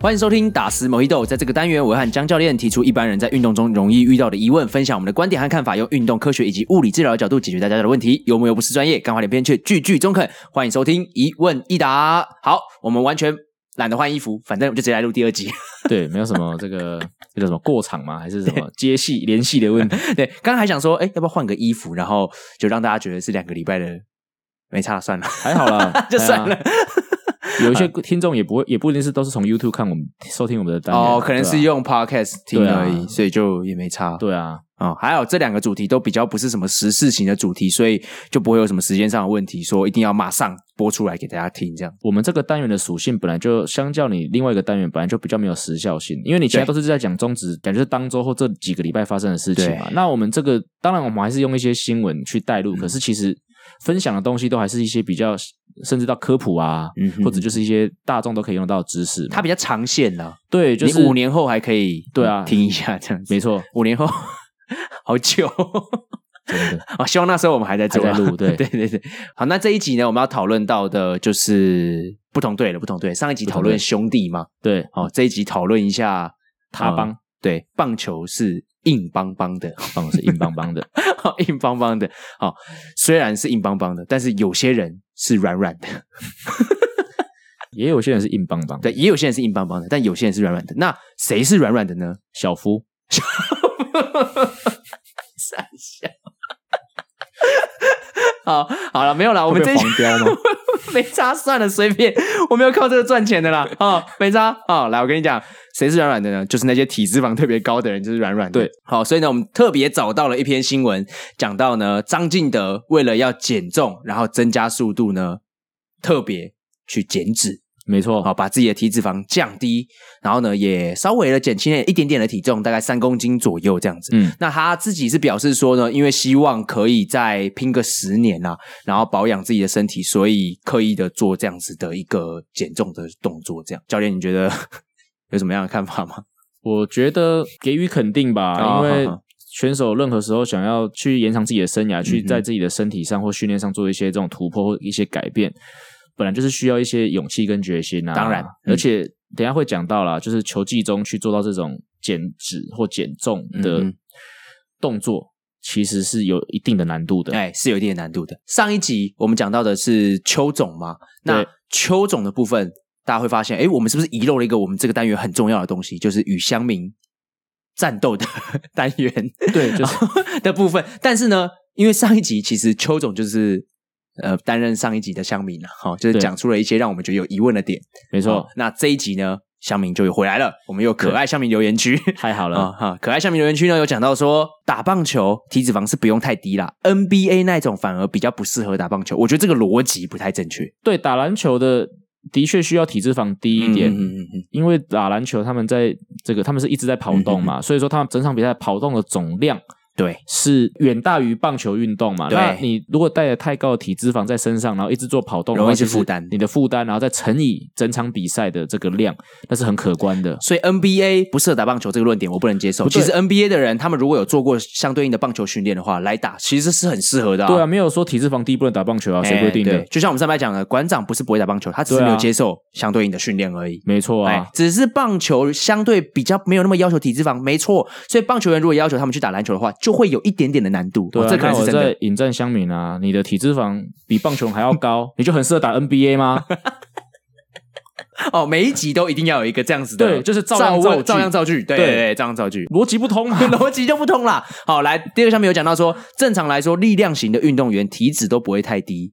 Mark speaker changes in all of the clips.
Speaker 1: 欢迎收听打死某一豆，在这个单元，我和江教练提出一般人在运动中容易遇到的疑问，分享我们的观点和看法，用运动科学以及物理治疗的角度解决大家的问题。幽默又不是专业，干话连篇却句句中肯。欢迎收听一问一答。好，我们完全懒得换衣服，反正我们就直接来录第二集。
Speaker 2: 对，没有什么这个这叫什么过场吗？还是什么接戏联系的问题？
Speaker 1: 对，刚刚还想说，哎，要不要换个衣服，然后就让大家觉得是两个礼拜的，没差，算了，
Speaker 2: 还好啦
Speaker 1: ，就算了
Speaker 2: 哎。呀。有一些听众也不会，也不一定是都是从 YouTube 看我们收听我们的单元
Speaker 1: 哦，可能是
Speaker 2: 对啊
Speaker 1: 用 podcast 听而已，
Speaker 2: 对啊
Speaker 1: 所以就也没差。
Speaker 2: 对啊，
Speaker 1: 啊、还有这两个主题都比较不是什么时事型的主题，所以就不会有什么时间上的问题，说一定要马上播出来给大家听这样。
Speaker 2: 我们这个单元的属性本来就相较你另外一个单元本来就比较没有时效性，因为你其他
Speaker 1: 对
Speaker 2: 都是在讲中职，感觉是当周或这几个礼拜发生的事情嘛
Speaker 1: 对。嗯
Speaker 2: 那我们这个当然我们还是用一些新闻去带入，可是其实分享的东西都还是一些比较甚至到科普啊，
Speaker 1: 嗯哼
Speaker 2: 或者就是一些大众都可以用到的知识嘛。
Speaker 1: 它比较长线啦，
Speaker 2: 对，就是
Speaker 1: 你五年后还可以
Speaker 2: 对啊
Speaker 1: 听一下这样子。
Speaker 2: 没错，
Speaker 1: 五年后 好久
Speaker 2: 真的。
Speaker 1: 啊，希望那时候我们还在做啊
Speaker 2: 还在录对
Speaker 1: 对对对。好，那这一集呢，我们要讨论到的就是不同队了，不同队。上一集讨
Speaker 2: 不同队
Speaker 1: 论兄弟嘛，
Speaker 2: 对，
Speaker 1: 好、这一集讨论一下
Speaker 2: 他帮
Speaker 1: 呃对，棒球是硬邦邦的。
Speaker 2: 棒是硬邦邦的，
Speaker 1: 硬邦邦的。好，虽然是硬邦邦的，但是有些人是软软的，
Speaker 2: 也有些人是硬邦邦。
Speaker 1: 对，也有些人是硬邦邦的，但有些人是软软的。那谁是软软的呢？
Speaker 2: 小夫，
Speaker 1: 三笑。 好，好了，没有了，我们
Speaker 2: 会
Speaker 1: 这
Speaker 2: 被
Speaker 1: 一集
Speaker 2: 黄 标吗？
Speaker 1: 没差，算了，随便，我没有靠这个赚钱的 啦，哦，没差，哦，来，我跟你讲，谁是软软的呢？就是那些体脂肪特别高的人，就是软软的。
Speaker 2: 对，
Speaker 1: 好，所以呢，我们特别找到了一篇新闻，讲到呢，张敬德为了要减重，然后增加速度呢，特别去减脂，
Speaker 2: 没错，
Speaker 1: 好，把自己的体脂肪降低，然后呢，也稍微的减轻了一点点的体重，大概三公斤左右这样子。
Speaker 2: 嗯，
Speaker 1: 那他自己是表示说呢，因为希望可以再拼个十年啊，然后保养自己的身体，所以刻意的做这样子的一个减重的动作。这样，教练你觉得 有什么样的看法吗？
Speaker 2: 我觉得给予肯定吧，因
Speaker 1: 哦
Speaker 2: 为
Speaker 1: 好好
Speaker 2: 选手任何时候想要去延长自己的生涯，去
Speaker 1: 嗯哼
Speaker 2: 在自己的身体上或训练上做一些这种突破或一些改变，本来就是需要一些勇气跟决心啊。
Speaker 1: 当然嗯
Speaker 2: 而且等一下会讲到啦，就是球技中去做到这种减脂或减重的
Speaker 1: 嗯哼
Speaker 2: 动作，其实是有一定的难度的。
Speaker 1: 哎，是有一定的难度的。上一集我们讲到的是丘种嘛，那
Speaker 2: 对
Speaker 1: 丘种的部分，大家会发现，哎，我们是不是遗漏了一个我们这个单元很重要的东西，就是与乡民战斗的 单元？
Speaker 2: 对，
Speaker 1: 哦
Speaker 2: 就 是
Speaker 1: 的部分。但是呢，因为上一集其实邱总就是呃担任上一集的乡民了，哈、就是
Speaker 2: 对
Speaker 1: 讲出了一些让我们觉得有疑问的点。
Speaker 2: 没
Speaker 1: 没
Speaker 2: 错，
Speaker 1: 那这一集呢，乡民就有回来了，我们有可爱乡民留言区。
Speaker 2: 太好
Speaker 1: 啊
Speaker 2: 了，
Speaker 1: 哈、可爱乡民留言区呢有讲到说，打棒球体脂肪是不用太低啦，NBA 那一种反而比较不适合打棒球。我觉得这个逻辑不太正确。
Speaker 2: 对，打篮球的的确需要体脂肪低一点，
Speaker 1: 嗯嗯嗯嗯
Speaker 2: 因为打篮球他们在这个他们是一直在跑动嘛，所以说他们整场比赛跑动的总量
Speaker 1: 对，
Speaker 2: 是远大于棒球运动嘛。
Speaker 1: 对
Speaker 2: 那你如果带了太高的体脂肪在身上，然后一直做跑动的话，
Speaker 1: 容易是
Speaker 2: 其实
Speaker 1: 负担
Speaker 2: 你的负担，然后再乘以整场比赛的这个量，那是很可观的。
Speaker 1: 所以 NBA 不适合打棒球这个论点，我不能接受。
Speaker 2: 不
Speaker 1: 其
Speaker 2: 对
Speaker 1: 实 NBA 的人，他们如果有做过相对应的棒球训练的话，来打其实是很适合的、
Speaker 2: 对啊，没有说体脂肪低不能打棒球啊，谁
Speaker 1: 哎
Speaker 2: 规定的？
Speaker 1: 对就像我们上面讲的，馆长不是不会打棒球，他只是
Speaker 2: 对啊
Speaker 1: 没有接受相对应的训练而已。
Speaker 2: 没错
Speaker 1: 哎
Speaker 2: 啊，，
Speaker 1: 只是棒球相对比较没有那么要求体脂肪，没错。所以棒球员如果要求他们去打篮球的话，就会有一点点的难度。
Speaker 2: 对啊
Speaker 1: 哦，这可
Speaker 2: 那
Speaker 1: 能
Speaker 2: 我
Speaker 1: 是真的
Speaker 2: 在。引战乡民啊，你的体脂肪比棒球还要高， 你就很适合打 NBA 吗？
Speaker 1: 哦，每一集都一定要有一个这样子的，
Speaker 2: 对就是照
Speaker 1: 照
Speaker 2: 样造句
Speaker 1: 照样造句，对
Speaker 2: 对
Speaker 1: 对对，照样造句。
Speaker 2: 逻辑不通啊！
Speaker 1: 逻辑就不通啦。好，来第二个上面有讲到说，正常来说，力量型的运动员体脂都不会太低，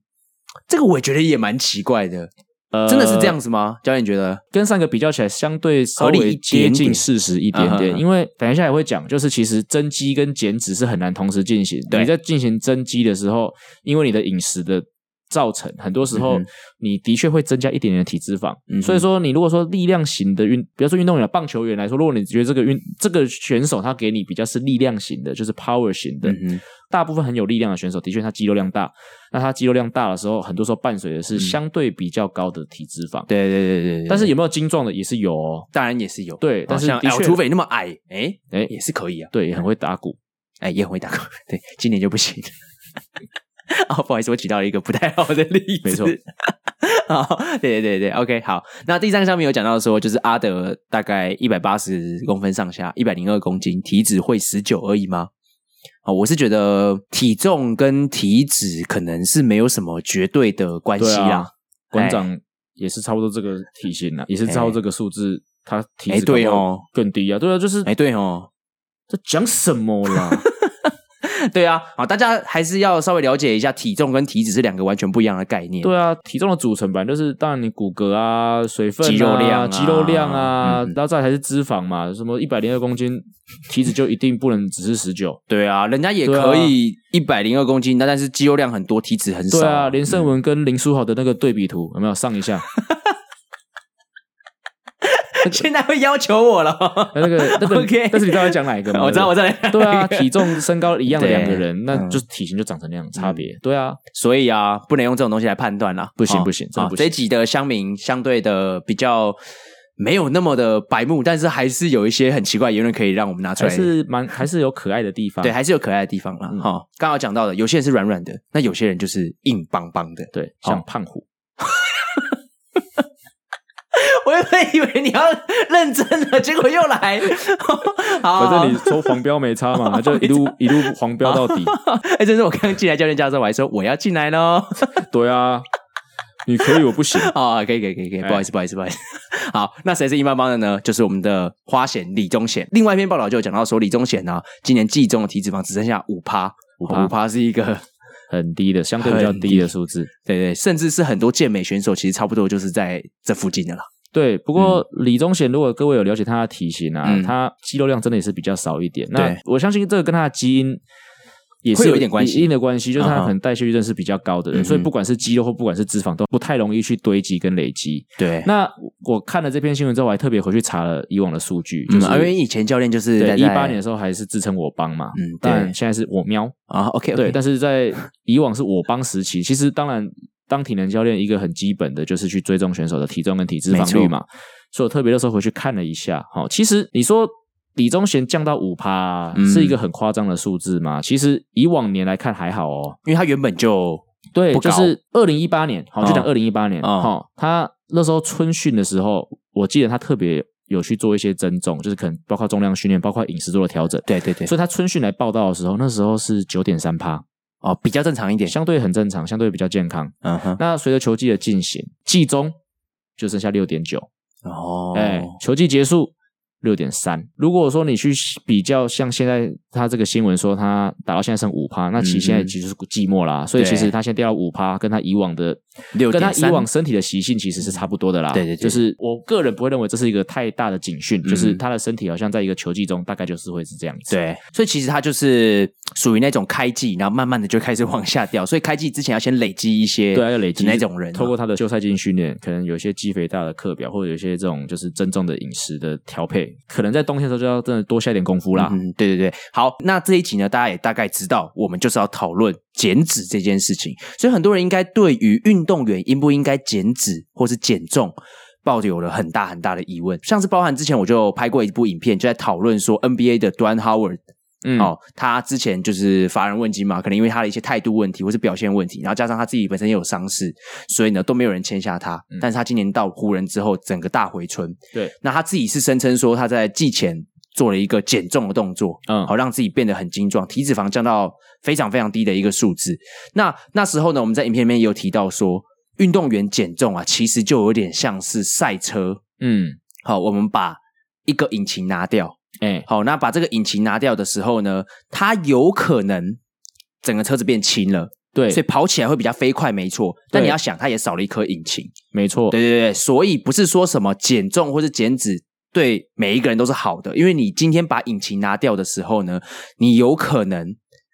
Speaker 1: 这个我觉得也蛮奇怪的，
Speaker 2: 呃
Speaker 1: 真的是这样子吗？教练觉得？
Speaker 2: 跟上个比较起来，相对稍
Speaker 1: 合理
Speaker 2: 微
Speaker 1: 一
Speaker 2: 接
Speaker 1: 点点
Speaker 2: 近事实一点
Speaker 1: 嗯哼
Speaker 2: 点，
Speaker 1: 哼
Speaker 2: 因为等一下也会讲，就是其实增肌跟减脂是很难同时进行。
Speaker 1: 对
Speaker 2: 你在进行增肌的时候，因为你的饮食的造成很多时候
Speaker 1: 嗯哼
Speaker 2: 你的确会增加一点点的体脂肪。
Speaker 1: 嗯哼
Speaker 2: 所以说，你如果说力量型的运，比如说运动员、棒球员来说，如果你觉得这个运这个选手他给你比较是力量型的，就是 power 型的，
Speaker 1: 嗯哼
Speaker 2: 大部分很有力量的选手，的确他肌肉量大。那他肌肉量大的时候，很多时候伴随的
Speaker 1: 嗯
Speaker 2: 是相对比较高的体脂肪。
Speaker 1: 对对对对对，
Speaker 2: 但是有没有精壮的也是有哦，
Speaker 1: 当然也是有，
Speaker 2: 对
Speaker 1: 嗯哦
Speaker 2: 但是
Speaker 1: 像
Speaker 2: 的确
Speaker 1: L 土匪那么矮，哎
Speaker 2: 哎
Speaker 1: 也是可以啊，
Speaker 2: 对，也很会打鼓。
Speaker 1: 哎也很会打工， 对，今年就不行。 哦，不好意思，我举到了一个不太好的例子。
Speaker 2: 没错，
Speaker 1: 好，对对对对，OK，好。那第三个上面有讲到说，就是阿德大概一百八十公分上下，一百零二公斤，体脂会十九而已吗？啊、我是觉得体重跟体脂可能是没有什么绝对的关系
Speaker 2: 对
Speaker 1: 啦。
Speaker 2: 啊，
Speaker 1: 哎
Speaker 2: 馆长也是差不多这个体型啊，也是差不多这个数字，他体
Speaker 1: 哎
Speaker 2: 脂
Speaker 1: 对
Speaker 2: 搞不好
Speaker 1: 哦
Speaker 2: 更低啊，对啊，就是
Speaker 1: 哎、对哦，
Speaker 2: 这讲什 么啦？
Speaker 1: 对啊，好，大家还是要稍微了解一下体重跟体脂是两个完全不一样的概念。
Speaker 2: 对啊，体重的组成本来就是当然你骨骼啊、水分、啊、
Speaker 1: 肌肉量啊
Speaker 2: 肌肉量啊，
Speaker 1: 嗯
Speaker 2: 然后再还是脂肪嘛，什么一百零二公斤体脂就一定不能只是十九。
Speaker 1: 对啊，人家也
Speaker 2: 对啊
Speaker 1: 可以一百零二公斤，那但是肌肉量很多，体脂很少。嗯
Speaker 2: 对啊，连胜文跟林书豪的那个对比图有没有上一下？
Speaker 1: 现在会要求我 了。
Speaker 2: 那个那 个
Speaker 1: OK
Speaker 2: 但是你知道要讲哪一个吗？
Speaker 1: 我知道，我知道。
Speaker 2: 对 啊，体重身高一样的两个人，那
Speaker 1: 嗯
Speaker 2: 就是体型就长成那样差别。对啊，
Speaker 1: 所以啊，不能用这种东西来判断啦，
Speaker 2: 不行
Speaker 1: 哦
Speaker 2: 不行真的
Speaker 1: 哦
Speaker 2: 不
Speaker 1: 这
Speaker 2: 行
Speaker 1: 一集的乡民相对的比较没有那么的白目，但是还是有一些很奇怪的言论可以让我们拿出
Speaker 2: 还
Speaker 1: 来。
Speaker 2: 是啊嗯蛮还是有可爱的地方。
Speaker 1: 对，还是有可爱的地方啦。哈、刚好讲到的，有些人是软软的，那有些人就是硬邦邦 的。
Speaker 2: 对，
Speaker 1: 好
Speaker 2: 像胖虎，
Speaker 1: 我原本以为你要认真了，结果又 来。好，
Speaker 2: 反正你抽黄标没差 嘛，就一路一路黄标到底。
Speaker 1: 哎，这是我刚进来教练家的时候，我还说我要进来喽。
Speaker 2: 对啊，你可以，我不行。
Speaker 1: 哦，可以可以可以可以，
Speaker 2: 哎
Speaker 1: 不好意思不好意思不好意思。 好，那谁是硬邦邦的呢？就是我们的花贤李宗贤。另外一篇报道就有讲到说，李宗贤呢、啊，今年季中的体脂肪只剩下五趴，哦
Speaker 2: 5%
Speaker 1: 五趴是一个。
Speaker 2: 很低的，相对比较低的数字。
Speaker 1: 对对，甚至是很多健美选手，其实差不多就是在这附近的啦。
Speaker 2: 对，不过李宗贤，如果各位有了解他的体型啊，
Speaker 1: 嗯
Speaker 2: 他肌肉量真的也是比较少一点。那
Speaker 1: 对
Speaker 2: 我相信这个跟他的基因也
Speaker 1: 会
Speaker 2: 是
Speaker 1: 有一点关系
Speaker 2: 一定的关系，就是
Speaker 1: 嗯
Speaker 2: 他
Speaker 1: 哼
Speaker 2: 可能代谢率真的是比较高的人，
Speaker 1: 嗯哼
Speaker 2: 所以不管是肌肉或不管是脂肪，都不太容易去堆积跟累积。
Speaker 1: 对那
Speaker 2: 那我看了这篇新闻之后，我还特别回去查了以往的数据，就
Speaker 1: 就是嗯是、因为以前教练就是在
Speaker 2: 对一八年
Speaker 1: 在
Speaker 2: 的时候还是自称我帮嘛，
Speaker 1: 嗯对
Speaker 2: 但现在是我 喵。
Speaker 1: 啊，OK，,
Speaker 2: 对，但是在以往是我帮时期，其实当然当体能教练一个很基本的就是去追踪选手的体重跟体脂
Speaker 1: 没
Speaker 2: 肪
Speaker 1: 错
Speaker 2: 率嘛，所以我特别的时候回去看了一下，好、其实你说。李宗贤降到五趴
Speaker 1: 嗯
Speaker 2: 是一个很夸张的数字吗？其实以往年来看还好哦。
Speaker 1: 因为他原本就
Speaker 2: 对，
Speaker 1: 不
Speaker 2: 就
Speaker 1: 高
Speaker 2: 是二零一八年，好，就讲
Speaker 1: 哦
Speaker 2: 二零一八年，
Speaker 1: 哦
Speaker 2: 好、他那时候春训的时候，我记得他特别有去做一些增重，就是可能包括重量训练，包括饮食做的调整。
Speaker 1: 对对对，
Speaker 2: 所以他春训来报道的时候，那时候是九点三趴，
Speaker 1: 哦，比较正常一点。
Speaker 2: 相对很正常，相对比较健康。
Speaker 1: 嗯哼，
Speaker 2: 那随着球季的进行，季中就剩下六点九，
Speaker 1: 哦，
Speaker 2: 哎，球季结束六点三。如果说你去比较像现在他这个新闻说他打到现在剩五趴，那其实现
Speaker 1: 嗯
Speaker 2: 在
Speaker 1: 哼
Speaker 2: 其实是寂寞啦，所以
Speaker 1: 对
Speaker 2: 其实他现在掉到五趴，跟他以往的
Speaker 1: 六
Speaker 2: 跟
Speaker 1: 点
Speaker 2: 他以
Speaker 1: 三，嗯
Speaker 2: 往身体的习性其实是差不多的啦。
Speaker 1: 对对对
Speaker 2: 就是我个人不会认为这是一个太大的警讯，
Speaker 1: 嗯
Speaker 2: 就是他的身体好像在一个球季中大概就是会是这样子。
Speaker 1: 对，所以其实它就是属于那种开季，然后慢慢的就开始往下掉。所以开季之前要先累积一些，
Speaker 2: 对啊，要累积
Speaker 1: 那种人啊、
Speaker 2: 透过他的休赛期训练，可能有一些肌肥大的课表，或者有一些这种就是增重的饮食的调配，可能在冬天的时候就要真的多下一点功夫啦。
Speaker 1: 嗯，对对对，好，那这一集呢，大家也大概知道，我们就是要讨论减脂这件事情，所以很多人应该对于运动员应不应该减脂或是减重。抱有了很大很大的疑问，像是包含之前我就拍过一部影片，就在讨论说 NBA 的 d w a n Howard
Speaker 2: 嗯，
Speaker 1: 哦，他之前就是乏人问津嘛，可能因为他的一些态度问题或是表现问题，然后加上他自己本身也有伤势，所以呢都没有人签下他。
Speaker 2: 嗯
Speaker 1: 但是他今年到湖人之后，整个大回春。
Speaker 2: 对，
Speaker 1: 那他自己是声称说他在季前做了一个减重的动作，
Speaker 2: 嗯
Speaker 1: 好让自己变得很精壮，体脂肪降到非常非常低的一个数字。那那时候呢，我们在影片里面也有提到说，运动员减重啊，其实就有点像是赛车。
Speaker 2: 嗯，
Speaker 1: 好，我们把一个引擎拿掉。
Speaker 2: 哎、
Speaker 1: 好，那把这个引擎拿掉的时候呢，它有可能整个车子变轻了，
Speaker 2: 对
Speaker 1: 所以，跑起来会比较飞快，没错。但
Speaker 2: 对
Speaker 1: 你要想，它也少了一颗引擎。
Speaker 2: 没错，
Speaker 1: 对对对，对所以不是说什么减重或是减脂对每一个人都是好的，因为你今天把引擎拿掉的时候呢，你有可能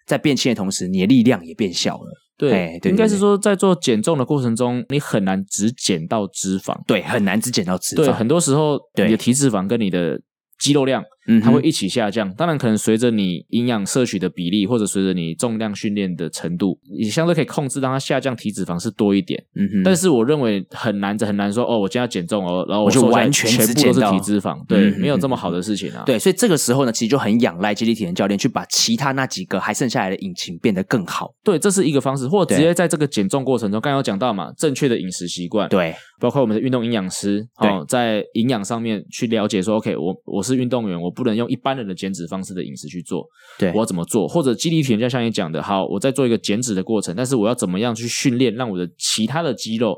Speaker 1: 在变轻的同时，你的力量也变小了。哎
Speaker 2: 对，
Speaker 1: 对
Speaker 2: 应该是
Speaker 1: 对对
Speaker 2: 说在做减重的过程中，你很难只减到脂肪。
Speaker 1: 对，很难只减到脂
Speaker 2: 对，
Speaker 1: 肪，
Speaker 2: 很多时候
Speaker 1: 对
Speaker 2: 你的体脂肪跟你的肌肉量，
Speaker 1: 嗯
Speaker 2: 它
Speaker 1: 哼
Speaker 2: 会一起下降。当然，可能随着你营养摄取的比例，或者随着你重量训练的程度，你相对可以控制让它下降体脂肪是多一点。
Speaker 1: 嗯哼，
Speaker 2: 但是我认为很难很难说哦，我今天要减重哦，然后
Speaker 1: 我就
Speaker 2: 瘦下来
Speaker 1: 完全
Speaker 2: 全
Speaker 1: 只
Speaker 2: 部都是
Speaker 1: 减到
Speaker 2: 体脂肪，对，
Speaker 1: 嗯
Speaker 2: 没有这么好的事情啊。
Speaker 1: 对，所以这个时候呢，其实就很仰赖接力体能教练去把其他那几个还剩下来的引擎变得更好。
Speaker 2: 对，这是一个方式，或者直
Speaker 1: 对
Speaker 2: 接在这个减重过程中，刚刚有讲到嘛，正确的饮食习惯，
Speaker 1: 对，
Speaker 2: 包括我们的运动营养师哦，在营养上面去了解说，OK，我我是运动员，我不能用一般人的减脂方式的饮食去做，
Speaker 1: 对
Speaker 2: 我要怎么做？或者肌力体能就像你讲的，好，我在做一个减脂的过程，但是我要怎么样去训练，让我的其他的肌肉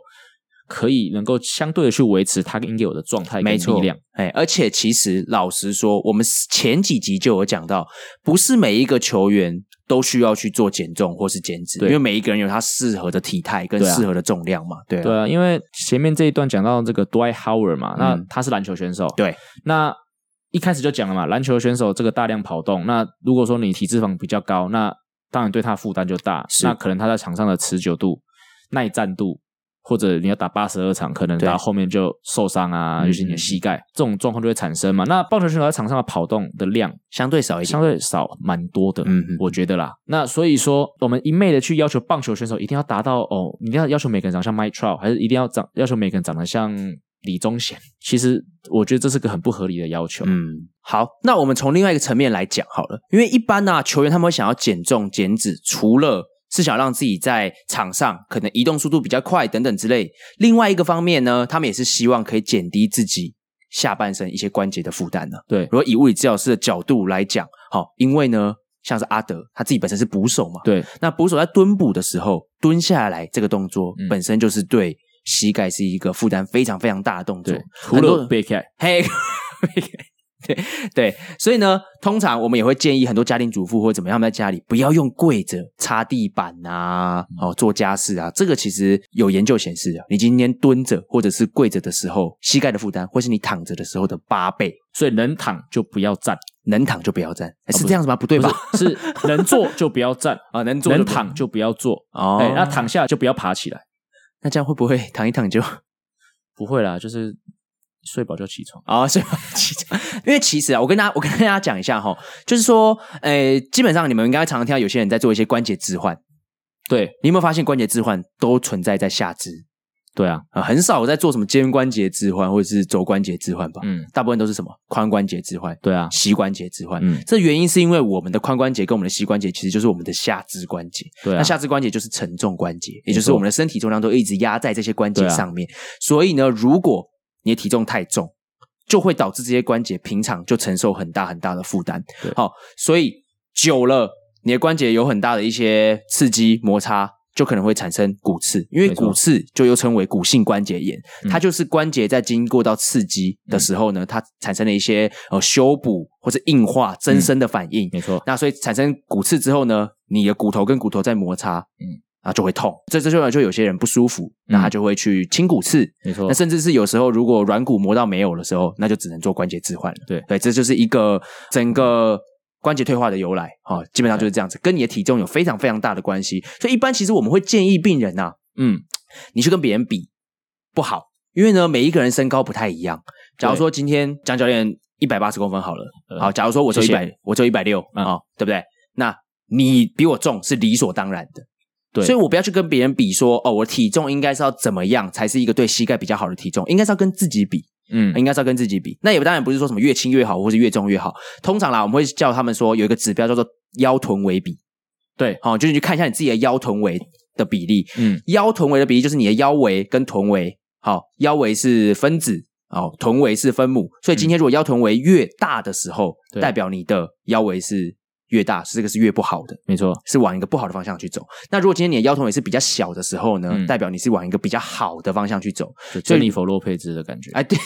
Speaker 2: 可以能够相对的去维持它应有的状态跟
Speaker 1: 没错
Speaker 2: 力量。，
Speaker 1: 哎，而且其实老实说，我们前几集就有讲到，不是每一个球员都需要去做减重或是减脂，因
Speaker 2: 对
Speaker 1: 为每一个人有他适合的体态跟
Speaker 2: 对啊
Speaker 1: 适合的重量嘛，对啊
Speaker 2: 对啊，因为前面这一段讲到这个 Dwight Howard 嘛，那
Speaker 1: 嗯
Speaker 2: 他是篮球选手，
Speaker 1: 对，
Speaker 2: 那一开始就讲了嘛，篮球选手这个大量跑动，那如果说你体脂肪比较高，那当然对他负担就大，
Speaker 1: 是
Speaker 2: 那可能他在场上的持久度、耐战度，或者你要打八十二场，可能
Speaker 1: 对
Speaker 2: 他后面就受伤啊，
Speaker 1: 嗯
Speaker 2: 尤其你的膝盖这种状况就会产生嘛。那棒球选手在场上的跑动的量
Speaker 1: 相对少一点
Speaker 2: 相。对少蛮多的，
Speaker 1: 嗯嗯
Speaker 2: 我觉得啦。那所以说，我们一昧的去要求棒球选手一定要达到哦，你一定要要求每个人长像 Mike Trout，还是一定要长要求每个人长得像李宗贤？其实我觉得这是个很不合理的要求。
Speaker 1: 嗯，好，那我们从另外一个层面来讲好了，因为一般呢、啊球员他们会想要减重减脂，除了是想让自己在场上可能移动速度比较快等等之类，另外一个方面呢，他们也是希望可以减低自己下半身一些关节的负担呢、
Speaker 2: 对
Speaker 1: 如果以物理治疗师的角度来讲，好，因为呢，像是阿德他自己本身是捕手嘛，
Speaker 2: 对
Speaker 1: 那捕手在蹲捕的时候蹲下来这个动作、
Speaker 2: 嗯
Speaker 1: 本身就是对膝盖是一个负担非常非常大的动作
Speaker 2: 对，，除
Speaker 1: 很多
Speaker 2: 了 b 开，
Speaker 1: 嘿， 对对，所以呢，通常我们也会建议很多家庭主妇或者怎么样，在家里不要用跪着擦地板啊，
Speaker 2: 嗯
Speaker 1: 哦做家事啊，这个其实有研究显示啊，你今天蹲着或者是跪着的时候，膝盖的负担，或是你躺着的时候的八倍，
Speaker 2: 所以能躺就不要站，
Speaker 1: 能躺就不要站，哎诶是
Speaker 2: 不
Speaker 1: 这样子吗？不对吧？
Speaker 2: 不是是能坐就不要站，
Speaker 1: 啊，能 坐
Speaker 2: 能
Speaker 1: 不要
Speaker 2: 躺就不要坐。
Speaker 1: 哦，
Speaker 2: 哎，那
Speaker 1: 那
Speaker 2: 躺下就不要爬起来。
Speaker 1: 那这样会不会躺一躺就
Speaker 2: 不会啦，就是睡饱就起床。
Speaker 1: 啊，所以 其实，因为其实啊，我跟大家我跟大家讲一下哈，就是说，呃，基本上你们应该常常听到有些人在做一些关节置换，
Speaker 2: 对
Speaker 1: 你有没有发现关节置换都存在在下肢
Speaker 2: 对啊，
Speaker 1: 啊、很少有在做什么肩关节置换或者是肘关节置换吧？
Speaker 2: 嗯，
Speaker 1: 大部分都是什么髋关节置换、
Speaker 2: 对啊，
Speaker 1: 膝关节置换。
Speaker 2: 嗯
Speaker 1: 这原因是因为我们的髋关节跟我们的膝关节其实就是我们的下肢关节，
Speaker 2: 对啊
Speaker 1: 那，下肢关节就是承重关节，也就是
Speaker 2: 没错
Speaker 1: 我们的身体重量都一直压在这些关节
Speaker 2: 对啊
Speaker 1: 上面。所以呢，如果你的体重太重，就会导致这些关节平常就承受很大很大的负担
Speaker 2: 对。
Speaker 1: 好、所以久了，你的关节有很大的一些刺激摩擦。就可能会产生骨刺，因为
Speaker 2: 没错
Speaker 1: 骨刺就又称为骨性关节炎，
Speaker 2: 嗯
Speaker 1: 它就是关节在经过到刺激的时候呢，它产生了一些呃修补或者硬化、
Speaker 2: 嗯
Speaker 1: 增生的反应，
Speaker 2: 没错，
Speaker 1: 那所以产生骨刺之后呢，你的骨头跟骨头在摩擦，嗯
Speaker 2: 嗯，
Speaker 1: 啊就会痛。这这就有就有些人不舒服，那他就会去清骨刺。
Speaker 2: 没错
Speaker 1: 那。甚至是有时候，如果软骨磨到没有的时候，那就只能做关节置换了。
Speaker 2: 对
Speaker 1: 对，这就是一个整个关节退化的由来啊、哦基本上就是这样子，跟你的体重有非常非常大的关系。所以一般其实我们会建议病人呐、
Speaker 2: 嗯，
Speaker 1: 你去跟别人比不好，因为呢每一个人身高不太一样。假如说今天张教练一百八十公分好了，
Speaker 2: 呃
Speaker 1: 好，假如说我只有一
Speaker 2: 谢谢
Speaker 1: 百，我只有一百六
Speaker 2: 嗯
Speaker 1: 啊，对不对？那你比我重是理所当然的，
Speaker 2: 对
Speaker 1: 所以我不要去跟别人比说哦，我体重应该是要怎么样才是一个对膝盖比较好的体重，应该是要跟自己比，
Speaker 2: 嗯，
Speaker 1: 应该是要跟自己比。那也当然不是说什么越轻越好，或是越重越好。通常啦，我们会叫他们说有一个指标叫做腰臀围比，
Speaker 2: 对，
Speaker 1: 好、就是你去看一下你自己的腰臀围的比例，
Speaker 2: 嗯，
Speaker 1: 腰臀围的比例就是你的腰围跟臀围，好、腰围是分子，哦，臀围是分母，所以今天如果腰臀围越大的时候，
Speaker 2: 对
Speaker 1: 代表你的腰围是越大，是这个是越不好的，
Speaker 2: 没错，
Speaker 1: 是往一个不好的方向去走。那如果今天你的腰臀围是比较小的时候呢，
Speaker 2: 嗯
Speaker 1: 代表你是往一个比较好的方向去走，
Speaker 2: 就珍妮佛洛佩兹的感觉。
Speaker 1: 哎，对。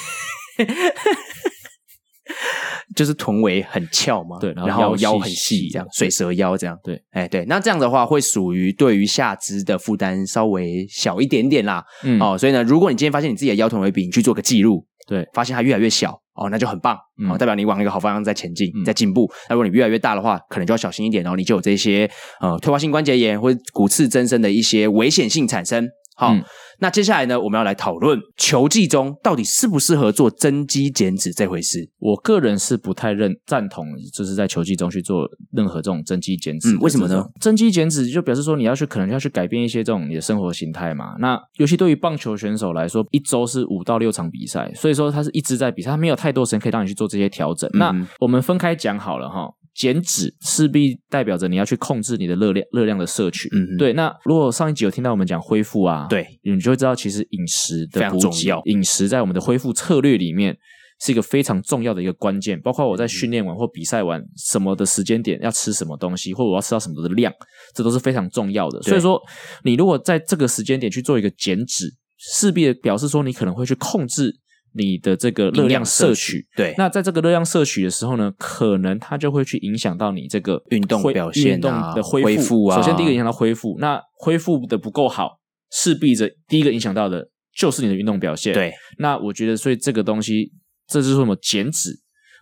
Speaker 1: 就是臀围很翘嘛，
Speaker 2: 对然后
Speaker 1: 然后
Speaker 2: 腰
Speaker 1: 腰
Speaker 2: 细
Speaker 1: 很
Speaker 2: 细
Speaker 1: 细，
Speaker 2: 的
Speaker 1: 这样水蛇腰这样，
Speaker 2: 对，
Speaker 1: 哎对，那这样的话会属于对于下肢的负担稍微小一点点啦，
Speaker 2: 嗯，
Speaker 1: 哦哦，所以呢，如果你今天发现你自己的腰臀围比，你去做个记录，
Speaker 2: 对，
Speaker 1: 发现它越来越小哦，那就很棒
Speaker 2: 嗯
Speaker 1: 哦，代表你往一个好方向在前进，
Speaker 2: 嗯
Speaker 1: 在进步。那如果你越来越大的话，可能就要小心一点哦，你就有这些呃退化性关节炎或者骨刺增生的一些危险性产生。好，
Speaker 2: 嗯
Speaker 1: 那接下来呢，我们要来讨论球技中到底适不适合做增肌减脂这回事。
Speaker 2: 我个人是不太认赞同，就是在球技中去做任何这种增肌减脂、
Speaker 1: 嗯为什么呢？
Speaker 2: 增肌减脂就表示说你要去可能要去改变一些这种你的生活形态嘛。那尤其对于棒球选手来说，一周是五到六场比赛，所以说他是一直在比赛，他没有太多时间可以让你去做这些调整。
Speaker 1: 嗯
Speaker 2: 那我们分开讲好了哈。减脂势必代表着你要去控制你的热量热量的摄取，
Speaker 1: 嗯哼
Speaker 2: 对。那如果上一集有听到我们讲恢复啊，
Speaker 1: 对，
Speaker 2: 你就会知道其实饮食
Speaker 1: 非
Speaker 2: 的
Speaker 1: 常
Speaker 2: 补
Speaker 1: 重
Speaker 2: 给
Speaker 1: 要
Speaker 2: 饮食在我们的恢复策略里面是一个非常重要的一个关键，包括我
Speaker 1: 嗯
Speaker 2: 在训练完或比赛完什么的时间点要吃什么东西，或我要吃到什么的量，这都是非常重要的。
Speaker 1: 对
Speaker 2: 所以说，你如果在这个时间点去做一个减脂，势必表示说你可能会去控制你的这个热
Speaker 1: 营
Speaker 2: 量
Speaker 1: 养摄
Speaker 2: 摄
Speaker 1: 取
Speaker 2: 取。
Speaker 1: 对，
Speaker 2: 那在这个热量摄取的时候呢，可能它就会去影响到你这个
Speaker 1: 运动
Speaker 2: 恢
Speaker 1: 表现啊
Speaker 2: 运动的恢
Speaker 1: 恢复啊
Speaker 2: 首先第一个影响到恢复，那恢复的不够好，势必着第一个影响到的就是你的运动表现。，
Speaker 1: 对，
Speaker 2: 那我觉得，所以这个东西，这就是什么减脂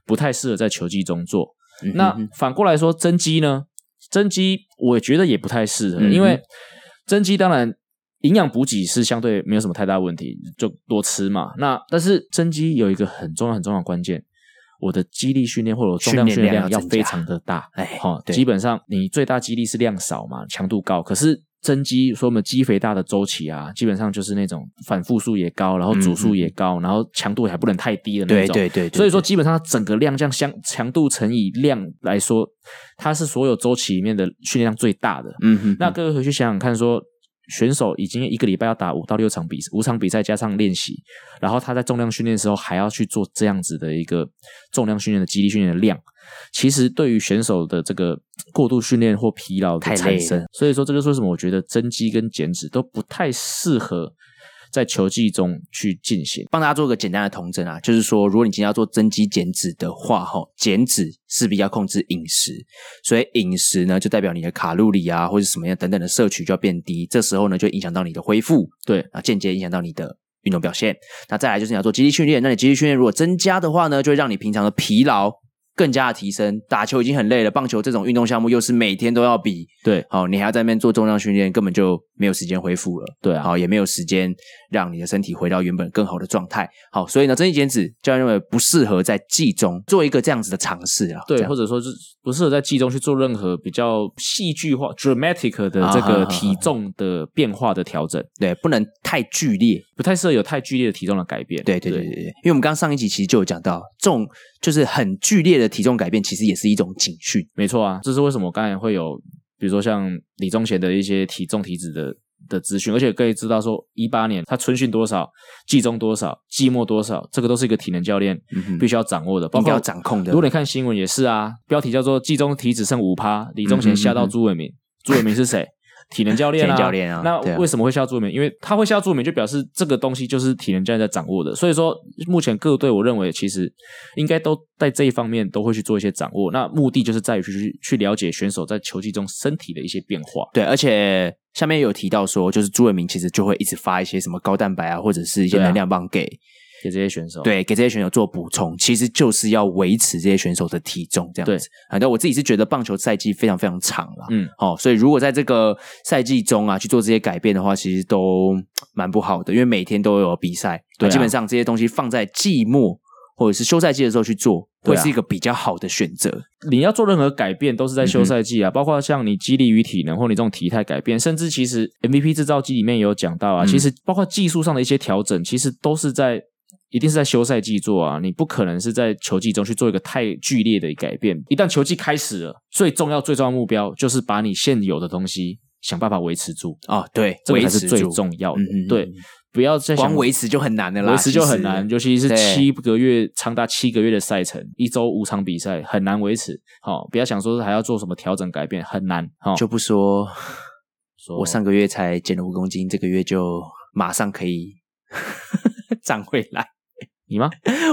Speaker 2: 不太适合在球技中做。
Speaker 1: 嗯哼
Speaker 2: 那反过来说，增肌呢？增肌我觉得也不太适合，
Speaker 1: 嗯哼
Speaker 2: 因为增肌当然营养补给是相对没有什么太大问题，就多吃嘛。那但是增肌有一个很重要很重要的关键，我的肌力训练或者我重量训
Speaker 1: 训
Speaker 2: 练
Speaker 1: 练
Speaker 2: 量
Speaker 1: 量
Speaker 2: 要
Speaker 1: 要增加
Speaker 2: 非常的大。
Speaker 1: 哎，
Speaker 2: 好、
Speaker 1: 对
Speaker 2: 基本上你最大肌力是量少嘛，强度高，可是增肌说我们肌肥大的周期啊，基本上就是那种反复数也高，然后组数也
Speaker 1: 嗯
Speaker 2: 高，然后强度还不能太低的那
Speaker 1: 对
Speaker 2: 种。
Speaker 1: 对对，对
Speaker 2: 所以说，
Speaker 1: 对
Speaker 2: 基本上它整个量这样相强度乘以量来说，它是所有周期里面的训练量最大的。
Speaker 1: 嗯哼，
Speaker 2: 那各位回去想想看说选手已经一个礼拜要打五到六场比五场比赛加上练习，然后他在重量训练的时候还要去做这样子的一个重量训练的肌力训练的量，其实对于选手的这个过度训练或疲劳
Speaker 1: 太
Speaker 2: 的
Speaker 1: 累
Speaker 2: 产
Speaker 1: 了
Speaker 2: 生，所以说这就是为什么我觉得增肌跟减脂都不太适合在球技中去进行。
Speaker 1: 帮大家做个简单的统整啊，就是说，如果你今天要做增肌减脂的话，哈，减脂势必要控制饮食，所以饮食呢就代表你的卡路里啊或者什么样等等的摄取就要变低，这时候呢就影响到你的恢复，
Speaker 2: 对
Speaker 1: 啊，间接影响到你的。运动表现，那再来就是你要做肌力训练。那你肌力训练如果增加的话呢，就会让你平常的疲劳更加的提升。打球已经很累了，棒球这种运动项目又是每天都要比，
Speaker 2: 对
Speaker 1: 好、你还要在那边做重量训练，根本就没有时间恢复了。
Speaker 2: 对啊，
Speaker 1: 好，也没有时间让你的身体回到原本更好的状态。好，所以呢，增肌减脂，教练认为不适合在季中做一个这样子的尝试啊。这
Speaker 2: 对，
Speaker 1: 样
Speaker 2: 或者说是不适合在季中去做任何比较戏剧化、dramatic 的
Speaker 1: 啊
Speaker 2: 这
Speaker 1: 哈哈
Speaker 2: 个
Speaker 1: 哈
Speaker 2: 体重的变化的调整，
Speaker 1: 对，不能太剧烈。
Speaker 2: 不太适合有太剧烈的体重的改变。
Speaker 1: 对对对对对，因为我们刚刚上一集其实就有讲到，这种就是很剧烈的体重改变，其实也是一种警讯。
Speaker 2: 没错啊，这是为什么我刚才会有，比如说像李宗贤的一些体重体脂的的资讯，而且可以知道说，一八年他春训多少，季中多少，季末多少，这个都是一个体能教练
Speaker 1: 嗯哼
Speaker 2: 必须要掌握的，包
Speaker 1: 应该
Speaker 2: 括
Speaker 1: 要掌控的
Speaker 2: 如果你看新闻也是啊，标题叫做“季中体脂剩五趴”，李宗
Speaker 1: 嗯嗯
Speaker 2: 贤
Speaker 1: 嗯
Speaker 2: 吓到
Speaker 1: 嗯
Speaker 2: 朱伟明。朱伟明 是谁？体能教练
Speaker 1: 体
Speaker 2: 啊，
Speaker 1: 能教练啊
Speaker 2: 那
Speaker 1: 对啊
Speaker 2: 为什么会吓朱伟明？因为他会吓朱伟明，就表示这个东西就是体能教练在掌握的。所以说，目前各队我认为其实应该都在这一方面都会去做一些掌握。那目的就是在于去去去了解选手在球技中身体的一些变化。
Speaker 1: 对，而且下面有提到说，就是朱伟明其实就会一直发一些什么高蛋白啊，或者是一些
Speaker 2: 对啊
Speaker 1: 能量棒给
Speaker 2: 给这些选手，
Speaker 1: 对，给这些选手做补充，其实就是要维持这些选手的体重这样
Speaker 2: 对
Speaker 1: 子。啊，但我自己是觉得棒球赛季非常非常长啦，
Speaker 2: 嗯，
Speaker 1: 哦，所以如果在这个赛季中啊去做这些改变的话，其实都嗯蛮不好的，因为每天都有比赛，
Speaker 2: 对啊
Speaker 1: 基本上这些东西放在季末或者是休赛季的时候去做，
Speaker 2: 对
Speaker 1: 会
Speaker 2: 啊
Speaker 1: 是一个比较好的选择。
Speaker 2: 你要做任何改变都是在
Speaker 1: 嗯
Speaker 2: 休赛季啊，包括像你激励与体能或你这种体态改变，甚至其实 MVP 制造机里面也有讲到啊，
Speaker 1: 嗯
Speaker 2: 其实包括技术上的一些调整，其实都是在一定是在休赛季做啊，你不可能是在球季中去做一个太剧烈的改变。一旦球季开始了，最重要最重要的目标就是把你现有的东西想办法维持住，
Speaker 1: 啊、对，
Speaker 2: 这个
Speaker 1: 维
Speaker 2: 才是
Speaker 1: 持
Speaker 2: 最
Speaker 1: 住，
Speaker 2: 重要
Speaker 1: 嗯
Speaker 2: 的。
Speaker 1: 嗯嗯
Speaker 2: 对，不要再想
Speaker 1: 光维持就很难的啦，
Speaker 2: 维持就
Speaker 1: 其
Speaker 2: 很
Speaker 1: 实
Speaker 2: 难，尤其是
Speaker 1: 对
Speaker 2: 七个月长达七个月的赛程，一周五场比赛很难维持。好、不要想说还要做什么调整改变，很难。好、
Speaker 1: 就不说，
Speaker 2: 说
Speaker 1: 我上个月才减了五公斤，这个月就马上可以 长回来。
Speaker 2: 你吗？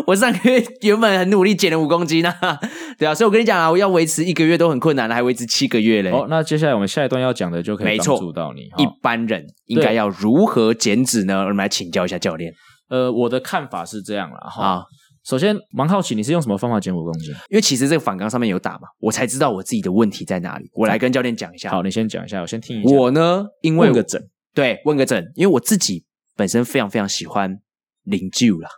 Speaker 1: 我上个月原本很努力减了五公斤啊，对啊，所以我跟你讲啊，我要维持一个月都很困难了，还维持七个月嘞。
Speaker 2: 哦，那接下来我们下一段要讲的就可以
Speaker 1: 没错
Speaker 2: 帮助到你。
Speaker 1: 一
Speaker 2: 好
Speaker 1: 般人应该要如何减脂呢？我们来请教一下教练。
Speaker 2: 呃，我的看法是这样啦。哈。
Speaker 1: 啊，
Speaker 2: 首先，蛮好奇你是用什么方法减五公斤？
Speaker 1: 因为其实这个反纲上面有打嘛，我才知道我自己的问题在哪里。我来跟教练讲一下。
Speaker 2: 好，你先讲一下，我先听一下。
Speaker 1: 我呢，因为
Speaker 2: 问个整，
Speaker 1: 对问个整，因为我自己本身非常非常喜欢零酒啦，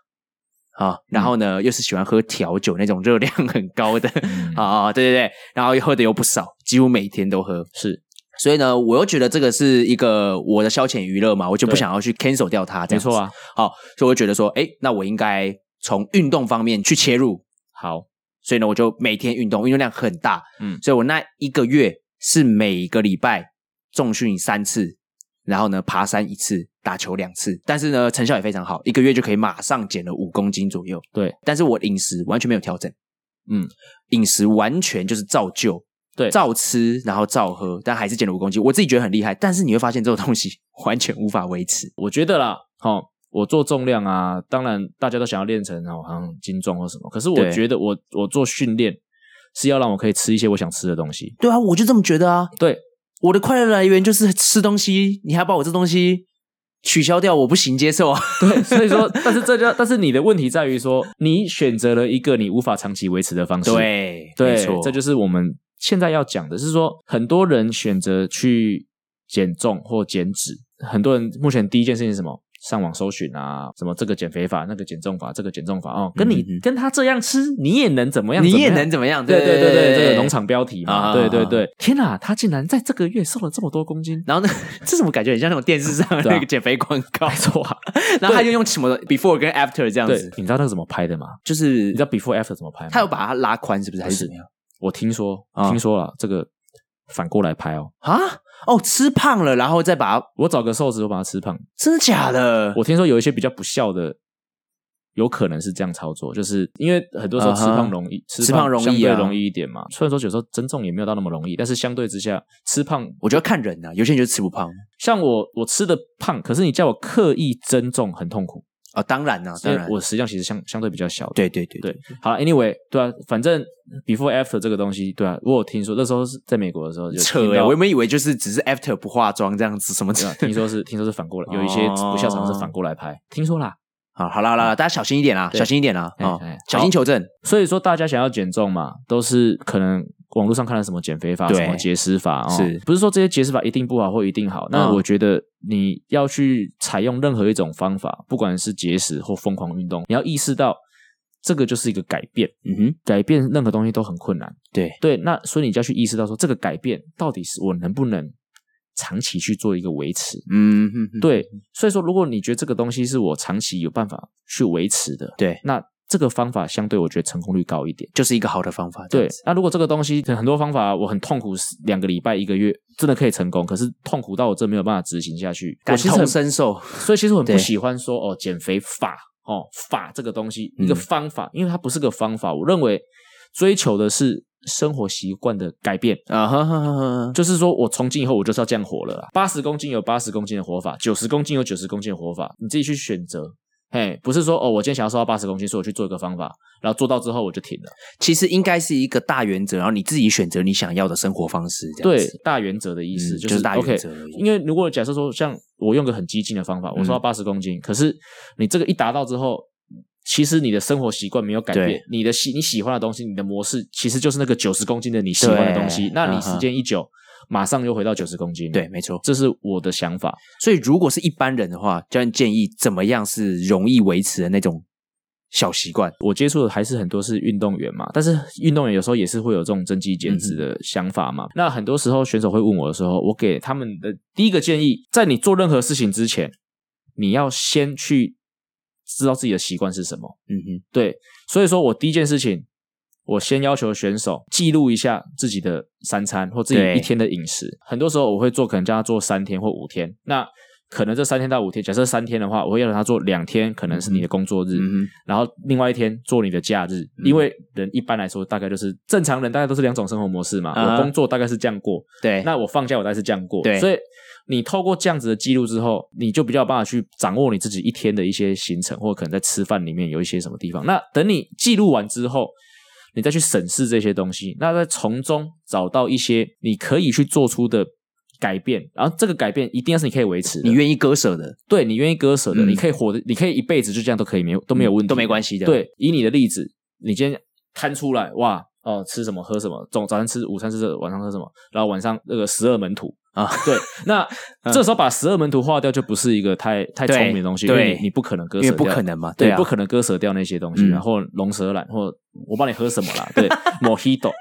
Speaker 1: 啊，然后呢、又是喜欢喝调酒那种热量很高的，
Speaker 2: 嗯
Speaker 1: 啊，对对对，然后喝的又不少，几乎每天都喝，是。所以呢，我又觉得这个是一个我的消遣娱乐嘛，我就不
Speaker 2: 对
Speaker 1: 想要去 cancel 掉它，这样
Speaker 2: 没
Speaker 1: 子
Speaker 2: 错。啊。
Speaker 1: 好，所以我就觉得说，哎，那我应该从运动方面去切入。
Speaker 2: 好，
Speaker 1: 所以呢，我就每天运动，运动量很大，
Speaker 2: 嗯
Speaker 1: 所以我那一个月是每个礼拜重训三次，然后呢爬山一次，打球两次，但是呢成效也非常好，一个月就可以马上减了五公斤左右。
Speaker 2: 对，
Speaker 1: 但是我饮食完全没有调整，
Speaker 2: 嗯，
Speaker 1: 饮食完全就是照旧，
Speaker 2: 对
Speaker 1: 照吃然后照喝，但还是减了五公斤，我自己觉得很厉害，但是你会发现这种东西 完全无法维持。
Speaker 2: 我觉得啦，好、我做重量啊，当然大家都想要练成哦，好像精壮或什么。可是我
Speaker 1: 对
Speaker 2: 觉得我我做训练是要让我可以吃一些我想吃的东西。
Speaker 1: 对啊，我就这么觉得啊。
Speaker 2: 对，
Speaker 1: 我的快乐来源就是吃东西，你还把我这东西取消掉，我不行接受啊。
Speaker 2: 对，所以说，但是这就但是你的问题在于说，你选择了一个你无法长期维持的方 式。
Speaker 1: 对，
Speaker 2: 对，
Speaker 1: 没错，
Speaker 2: 这就是我们现在要讲的，是说很多人选择去减重或减脂，很多人目前第一件事情是什么？上网搜寻啊，什么这个减肥法、那个减重法、这个减重法哦，跟
Speaker 1: 嗯
Speaker 2: 你、
Speaker 1: 嗯嗯
Speaker 2: 跟他这样吃，你也能怎么样？
Speaker 1: 你
Speaker 2: 怎么
Speaker 1: 也
Speaker 2: 样
Speaker 1: 能怎么样？
Speaker 2: 对对
Speaker 1: 对
Speaker 2: 对对，这个农。场标题嘛，
Speaker 1: 啊
Speaker 2: 对对对，天哪，他竟然在这个月瘦了这么多公斤，
Speaker 1: 然后呢，这怎么感觉很像那种电视上的
Speaker 2: 对啊
Speaker 1: 那个减肥广告？没错啊， 然后他就用什么 before 跟 after 这样
Speaker 2: 对
Speaker 1: 子，，
Speaker 2: 你知道那个怎么拍的吗？
Speaker 1: 就是
Speaker 2: 你知道 before after 怎么拍吗？
Speaker 1: 他有把它拉宽，是不是？还是怎么样？
Speaker 2: 我听说，
Speaker 1: 啊
Speaker 2: 听说了这个反过来拍哦，
Speaker 1: 啊？哦，吃胖了，然后再把它，
Speaker 2: 我找个瘦子，我把他吃胖，
Speaker 1: 真的假的？
Speaker 2: 我听说有一些比较不孝的，有可能是这样操作，就是因为很多时候吃
Speaker 1: 啊哈
Speaker 2: 胖容易
Speaker 1: 吃胖容易啊
Speaker 2: 相对容易一点嘛。虽然说有时候增重也没有到那么容易，但是相对之下，吃胖
Speaker 1: 我觉得看人呐、啊有些人就吃不胖
Speaker 2: 像我我吃的胖，可是你叫我刻意增重很痛苦，
Speaker 1: 啊，当然呐、
Speaker 2: 因
Speaker 1: 当
Speaker 2: 为
Speaker 1: 然，
Speaker 2: 我食量其实相相对比较小的。
Speaker 1: 对对对
Speaker 2: 对，好了，anyway，对啊，反正 before after 这个东西，对啊，我有听说那时候是在美国的时候就
Speaker 1: 扯
Speaker 2: 哎、
Speaker 1: 哎，我原本以为就是只是 after 不化妆这样子什么
Speaker 2: 对
Speaker 1: 的
Speaker 2: 啊。听说是听说是反过来，有一些
Speaker 1: 哦
Speaker 2: 不孝常是反过来拍，听说啦。
Speaker 1: 啊，好啦好啦，大家小心一点啦，
Speaker 2: 嗯对
Speaker 1: 小心一点啦
Speaker 2: 哎
Speaker 1: 啊
Speaker 2: 哎，
Speaker 1: 小心
Speaker 2: 好
Speaker 1: 求证。
Speaker 2: 所以说，大家想要减重嘛，都是可能网络上看了什么减肥法、
Speaker 1: 对
Speaker 2: 什么节食法哦，
Speaker 1: 是
Speaker 2: 不是说这些节食法一定不好或一定好？那
Speaker 1: 嗯
Speaker 2: 我觉得你要去采用任何一种方法，不管是节食或疯狂运动，你要意识到这个就是一个改变，
Speaker 1: 嗯哼，
Speaker 2: 改变任何东西都很困难。
Speaker 1: 对
Speaker 2: 对，那所以你就要去意识到说，这个改变到底是我能不能长期去做一个维持？
Speaker 1: 嗯哼哼
Speaker 2: 对，所以说，如果你觉得这个东西是我长期有办法去维持的，
Speaker 1: 对，
Speaker 2: 那这个方法相对我觉得成功率高一点。
Speaker 1: 就是一个好的方法。这
Speaker 2: 对
Speaker 1: 样子，
Speaker 2: 那如果这个东西很多方法，我很痛苦，两个礼拜、一个月，真的可以成功，可是痛苦到我真没有办法执行下去，
Speaker 1: 感
Speaker 2: 我其实很
Speaker 1: 同身受
Speaker 2: 所以其实我很不
Speaker 1: 对
Speaker 2: 喜欢说哦，减肥法哦法这个东西，一
Speaker 1: 嗯
Speaker 2: 个方法，因为它不是个方法。我认为追求的是生活习惯的改变。
Speaker 1: 啊哈哈哈哈，
Speaker 2: 就是说我从今以后我就是要这样活了啦。八十公斤有八十公斤的活法，九十公斤有九十公斤的活法，你自己去选择。嘿，不是说哦，我今天想要瘦到八十公斤，所以我去做一个方法，然后做到之后我就停了。
Speaker 1: 其实应该是一个大原则，然后你自己选择你想要的生活方式。这样
Speaker 2: 对
Speaker 1: 子，
Speaker 2: 大原则的意
Speaker 1: 嗯
Speaker 2: 思、就
Speaker 1: 就是
Speaker 2: 是
Speaker 1: 大
Speaker 2: OK
Speaker 1: 原则而已。
Speaker 2: 因为如果假设说像我用个很激进的方法，我瘦到
Speaker 1: 嗯
Speaker 2: 八十公斤，可是你这个一达到之后，其实你的生活习惯没有改变
Speaker 1: 对，
Speaker 2: 你的喜你喜欢的东西，你的模式其实就是那个九十公斤的你喜欢的东西
Speaker 1: 对，
Speaker 2: 那你
Speaker 1: 嗯哼
Speaker 2: 时间一久，马上又回到九十公斤。
Speaker 1: 对，，没错。
Speaker 2: 这是我的想法。
Speaker 1: 所以如果是一般人的话，教练建议怎么样是容易维持的那种小习惯？
Speaker 2: 我接触的还是很多是运动员嘛，但是运动员有时候也是会有这种增肌减脂
Speaker 1: 嗯
Speaker 2: 的想法嘛。那很多时候选手会问我的时候，我给他们的第一个建议，在你做任何事情之前，你要先去知道自己的习惯是什么。
Speaker 1: 嗯哼，
Speaker 2: 对，所以说我第一件事情，我先要求选手记录一下自己的三餐或自己
Speaker 1: 对
Speaker 2: 一天的饮食。很多时候我会做，可能叫他做三天或五天。那可能这三天到五天，假设三天的话，我会要求他做两天，可能是你的工作日，
Speaker 1: 嗯
Speaker 2: 然后另外一天做你的假日，因为人一般来说大概就是正常人大概都是两种生活模式嘛。
Speaker 1: 啊哈
Speaker 2: 我工作大概是这样过，
Speaker 1: 哼，对，
Speaker 2: 那我放假我大概是这样过，
Speaker 1: 对
Speaker 2: 所以你透过这样子的记录之后，你就比较有办法去掌握你自己一天的一些行程，或者可能在吃饭里面有一些什么地方。那等你记录完之后，你再去审视这些东西，那再从中找到一些你可以去做出的改变，然后这个改变一定要是你可以维持的，
Speaker 1: 你愿意割舍的
Speaker 2: 对你愿意割舍的，
Speaker 1: 嗯
Speaker 2: 你可以活的，你可以一辈子就这样都可以，没有都没有问题，
Speaker 1: 都没关系的。，
Speaker 2: 对，以你的例子，你今天摊出来，哇，哦、吃什么喝什么，总早上吃午餐吃这个，晚上喝什么，然后晚上那个十二门徒
Speaker 1: 啊，
Speaker 2: 对，那、这时候把十二门徒划掉，就不是一个太太
Speaker 1: 嗯对
Speaker 2: 聪明的东西，因为
Speaker 1: 对
Speaker 2: 你你不可能割
Speaker 1: 因
Speaker 2: 舍
Speaker 1: 为
Speaker 2: 掉，
Speaker 1: 不可能嘛，
Speaker 2: 对，
Speaker 1: 啊，
Speaker 2: 不可能割舍掉那些东西，
Speaker 1: 嗯
Speaker 2: 然后龙舌兰或我帮你喝什么啦， 对，mojito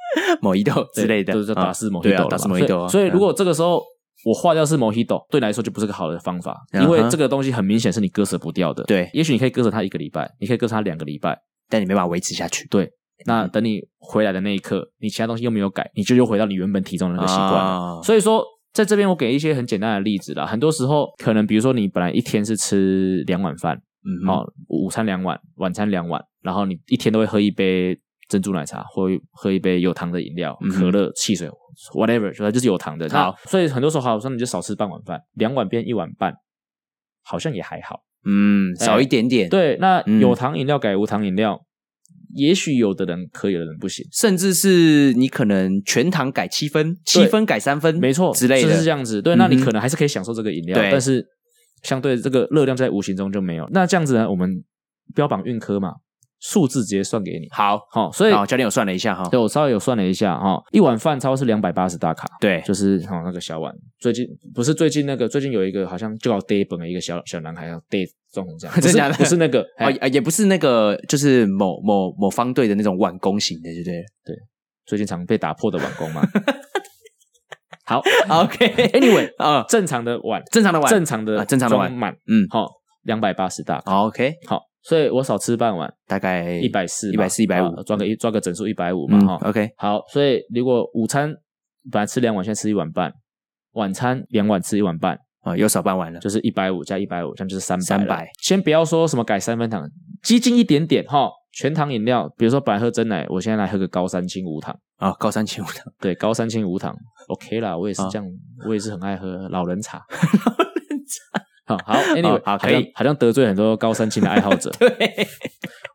Speaker 1: 某一豆
Speaker 2: 对
Speaker 1: 之类的，
Speaker 2: 就是打是
Speaker 1: 某
Speaker 2: mojito，
Speaker 1: 对啊
Speaker 2: 了，
Speaker 1: 打
Speaker 2: 嘛
Speaker 1: 是某一豆啊。
Speaker 2: 所以所以
Speaker 1: 嗯
Speaker 2: 如果这个时候。我划掉是 mojito，对你来说就不是个好的方法，
Speaker 1: 嗯
Speaker 2: 因为
Speaker 1: 哼
Speaker 2: 这个东西很明显是你割舍不掉的。
Speaker 1: 对
Speaker 2: 也许你可以割舍它一个礼拜，你可以割舍它两个礼拜，
Speaker 1: 但你没办法维持下去嗯
Speaker 2: 那等你回来的那一刻，你其他东西又没有改，你就又回到你原本体重的那个习惯了。
Speaker 1: 啊
Speaker 2: 所以说，在这边我给一些很简单的例子啦。很多时候，可能比如说你本来一天是吃两碗饭，
Speaker 1: 嗯哼，
Speaker 2: 哦，午餐两碗，晚餐两碗，然后你一天都会喝一杯珍珠奶茶，或喝一杯有糖的饮料、
Speaker 1: 嗯哼
Speaker 2: 可乐、汽水，whatever，反正就是有糖的。
Speaker 1: 好
Speaker 2: 那，所以很多时候好像你就少吃半碗饭，两碗变一碗半，好像也还好。
Speaker 1: 嗯，少一点点，，
Speaker 2: 哎对，那
Speaker 1: 嗯
Speaker 2: 有糖饮料改无糖饮料，也许有的人可以，有的人不行。
Speaker 1: 甚至是你可能全糖改七分，七分改三分，
Speaker 2: 没错
Speaker 1: 之类
Speaker 2: 就是这
Speaker 1: 的。
Speaker 2: 样子。对，那你
Speaker 1: 嗯哼
Speaker 2: 可能还是可以享受这个饮料，
Speaker 1: 对
Speaker 2: 但是相对这个热量在无形中就没有。那这样子呢，我们标榜运科嘛，数字直接算给你。
Speaker 1: 好，
Speaker 2: 好、所以
Speaker 1: 好，教练有算了一下哈，
Speaker 2: 对我稍微有算了一下哈、一碗饭超是两百八十大卡。
Speaker 1: 对，
Speaker 2: 就是哦，那个小碗，最近不是最近那个，最近有一个好像叫 Day 本的一个小小男孩，叫 Day 装成这样，不
Speaker 1: 真
Speaker 2: 是
Speaker 1: 假的
Speaker 2: 不是那个，
Speaker 1: 啊
Speaker 2: 哎，
Speaker 1: 啊，也不是那个，就是某某某方队的那种挽弓型的，对不对
Speaker 2: 最近常被打破的碗 工嘛。好
Speaker 1: ？OK，
Speaker 2: ，Anyway，
Speaker 1: 啊，
Speaker 2: 正常的碗，
Speaker 1: 正常的挽，
Speaker 2: 正常的
Speaker 1: 啊正常的碗
Speaker 2: 装满，
Speaker 1: 嗯
Speaker 2: 好，两百八十大卡。
Speaker 1: ，OK，
Speaker 2: 好，所以我少吃半碗，
Speaker 1: 大概
Speaker 2: 一百四、
Speaker 1: 140 150
Speaker 2: 啊抓个一抓个整数一百五嘛
Speaker 1: 嗯
Speaker 2: 哈。
Speaker 1: ，OK，
Speaker 2: 好，所以如果午餐本来吃两碗，现在吃一碗半，晚餐两碗吃一碗半，
Speaker 1: 啊，又少半碗了，
Speaker 2: 就是一百五加一百五，这样就是三百。
Speaker 1: 300
Speaker 2: 先不要说什么改三分糖，激进一点点哈。全糖饮料，比如说本来喝真奶，我现在来喝个高三清无糖。
Speaker 1: 啊，高三千五 的，
Speaker 2: 对，高三清无糖，OK 啦，我也是
Speaker 1: 啊
Speaker 2: 这样，我也是很爱喝 老人茶。老人茶，好好，Anyway，
Speaker 1: 哦好
Speaker 2: 像
Speaker 1: 可以
Speaker 2: 好像得罪很多高三清的爱好者。
Speaker 1: 对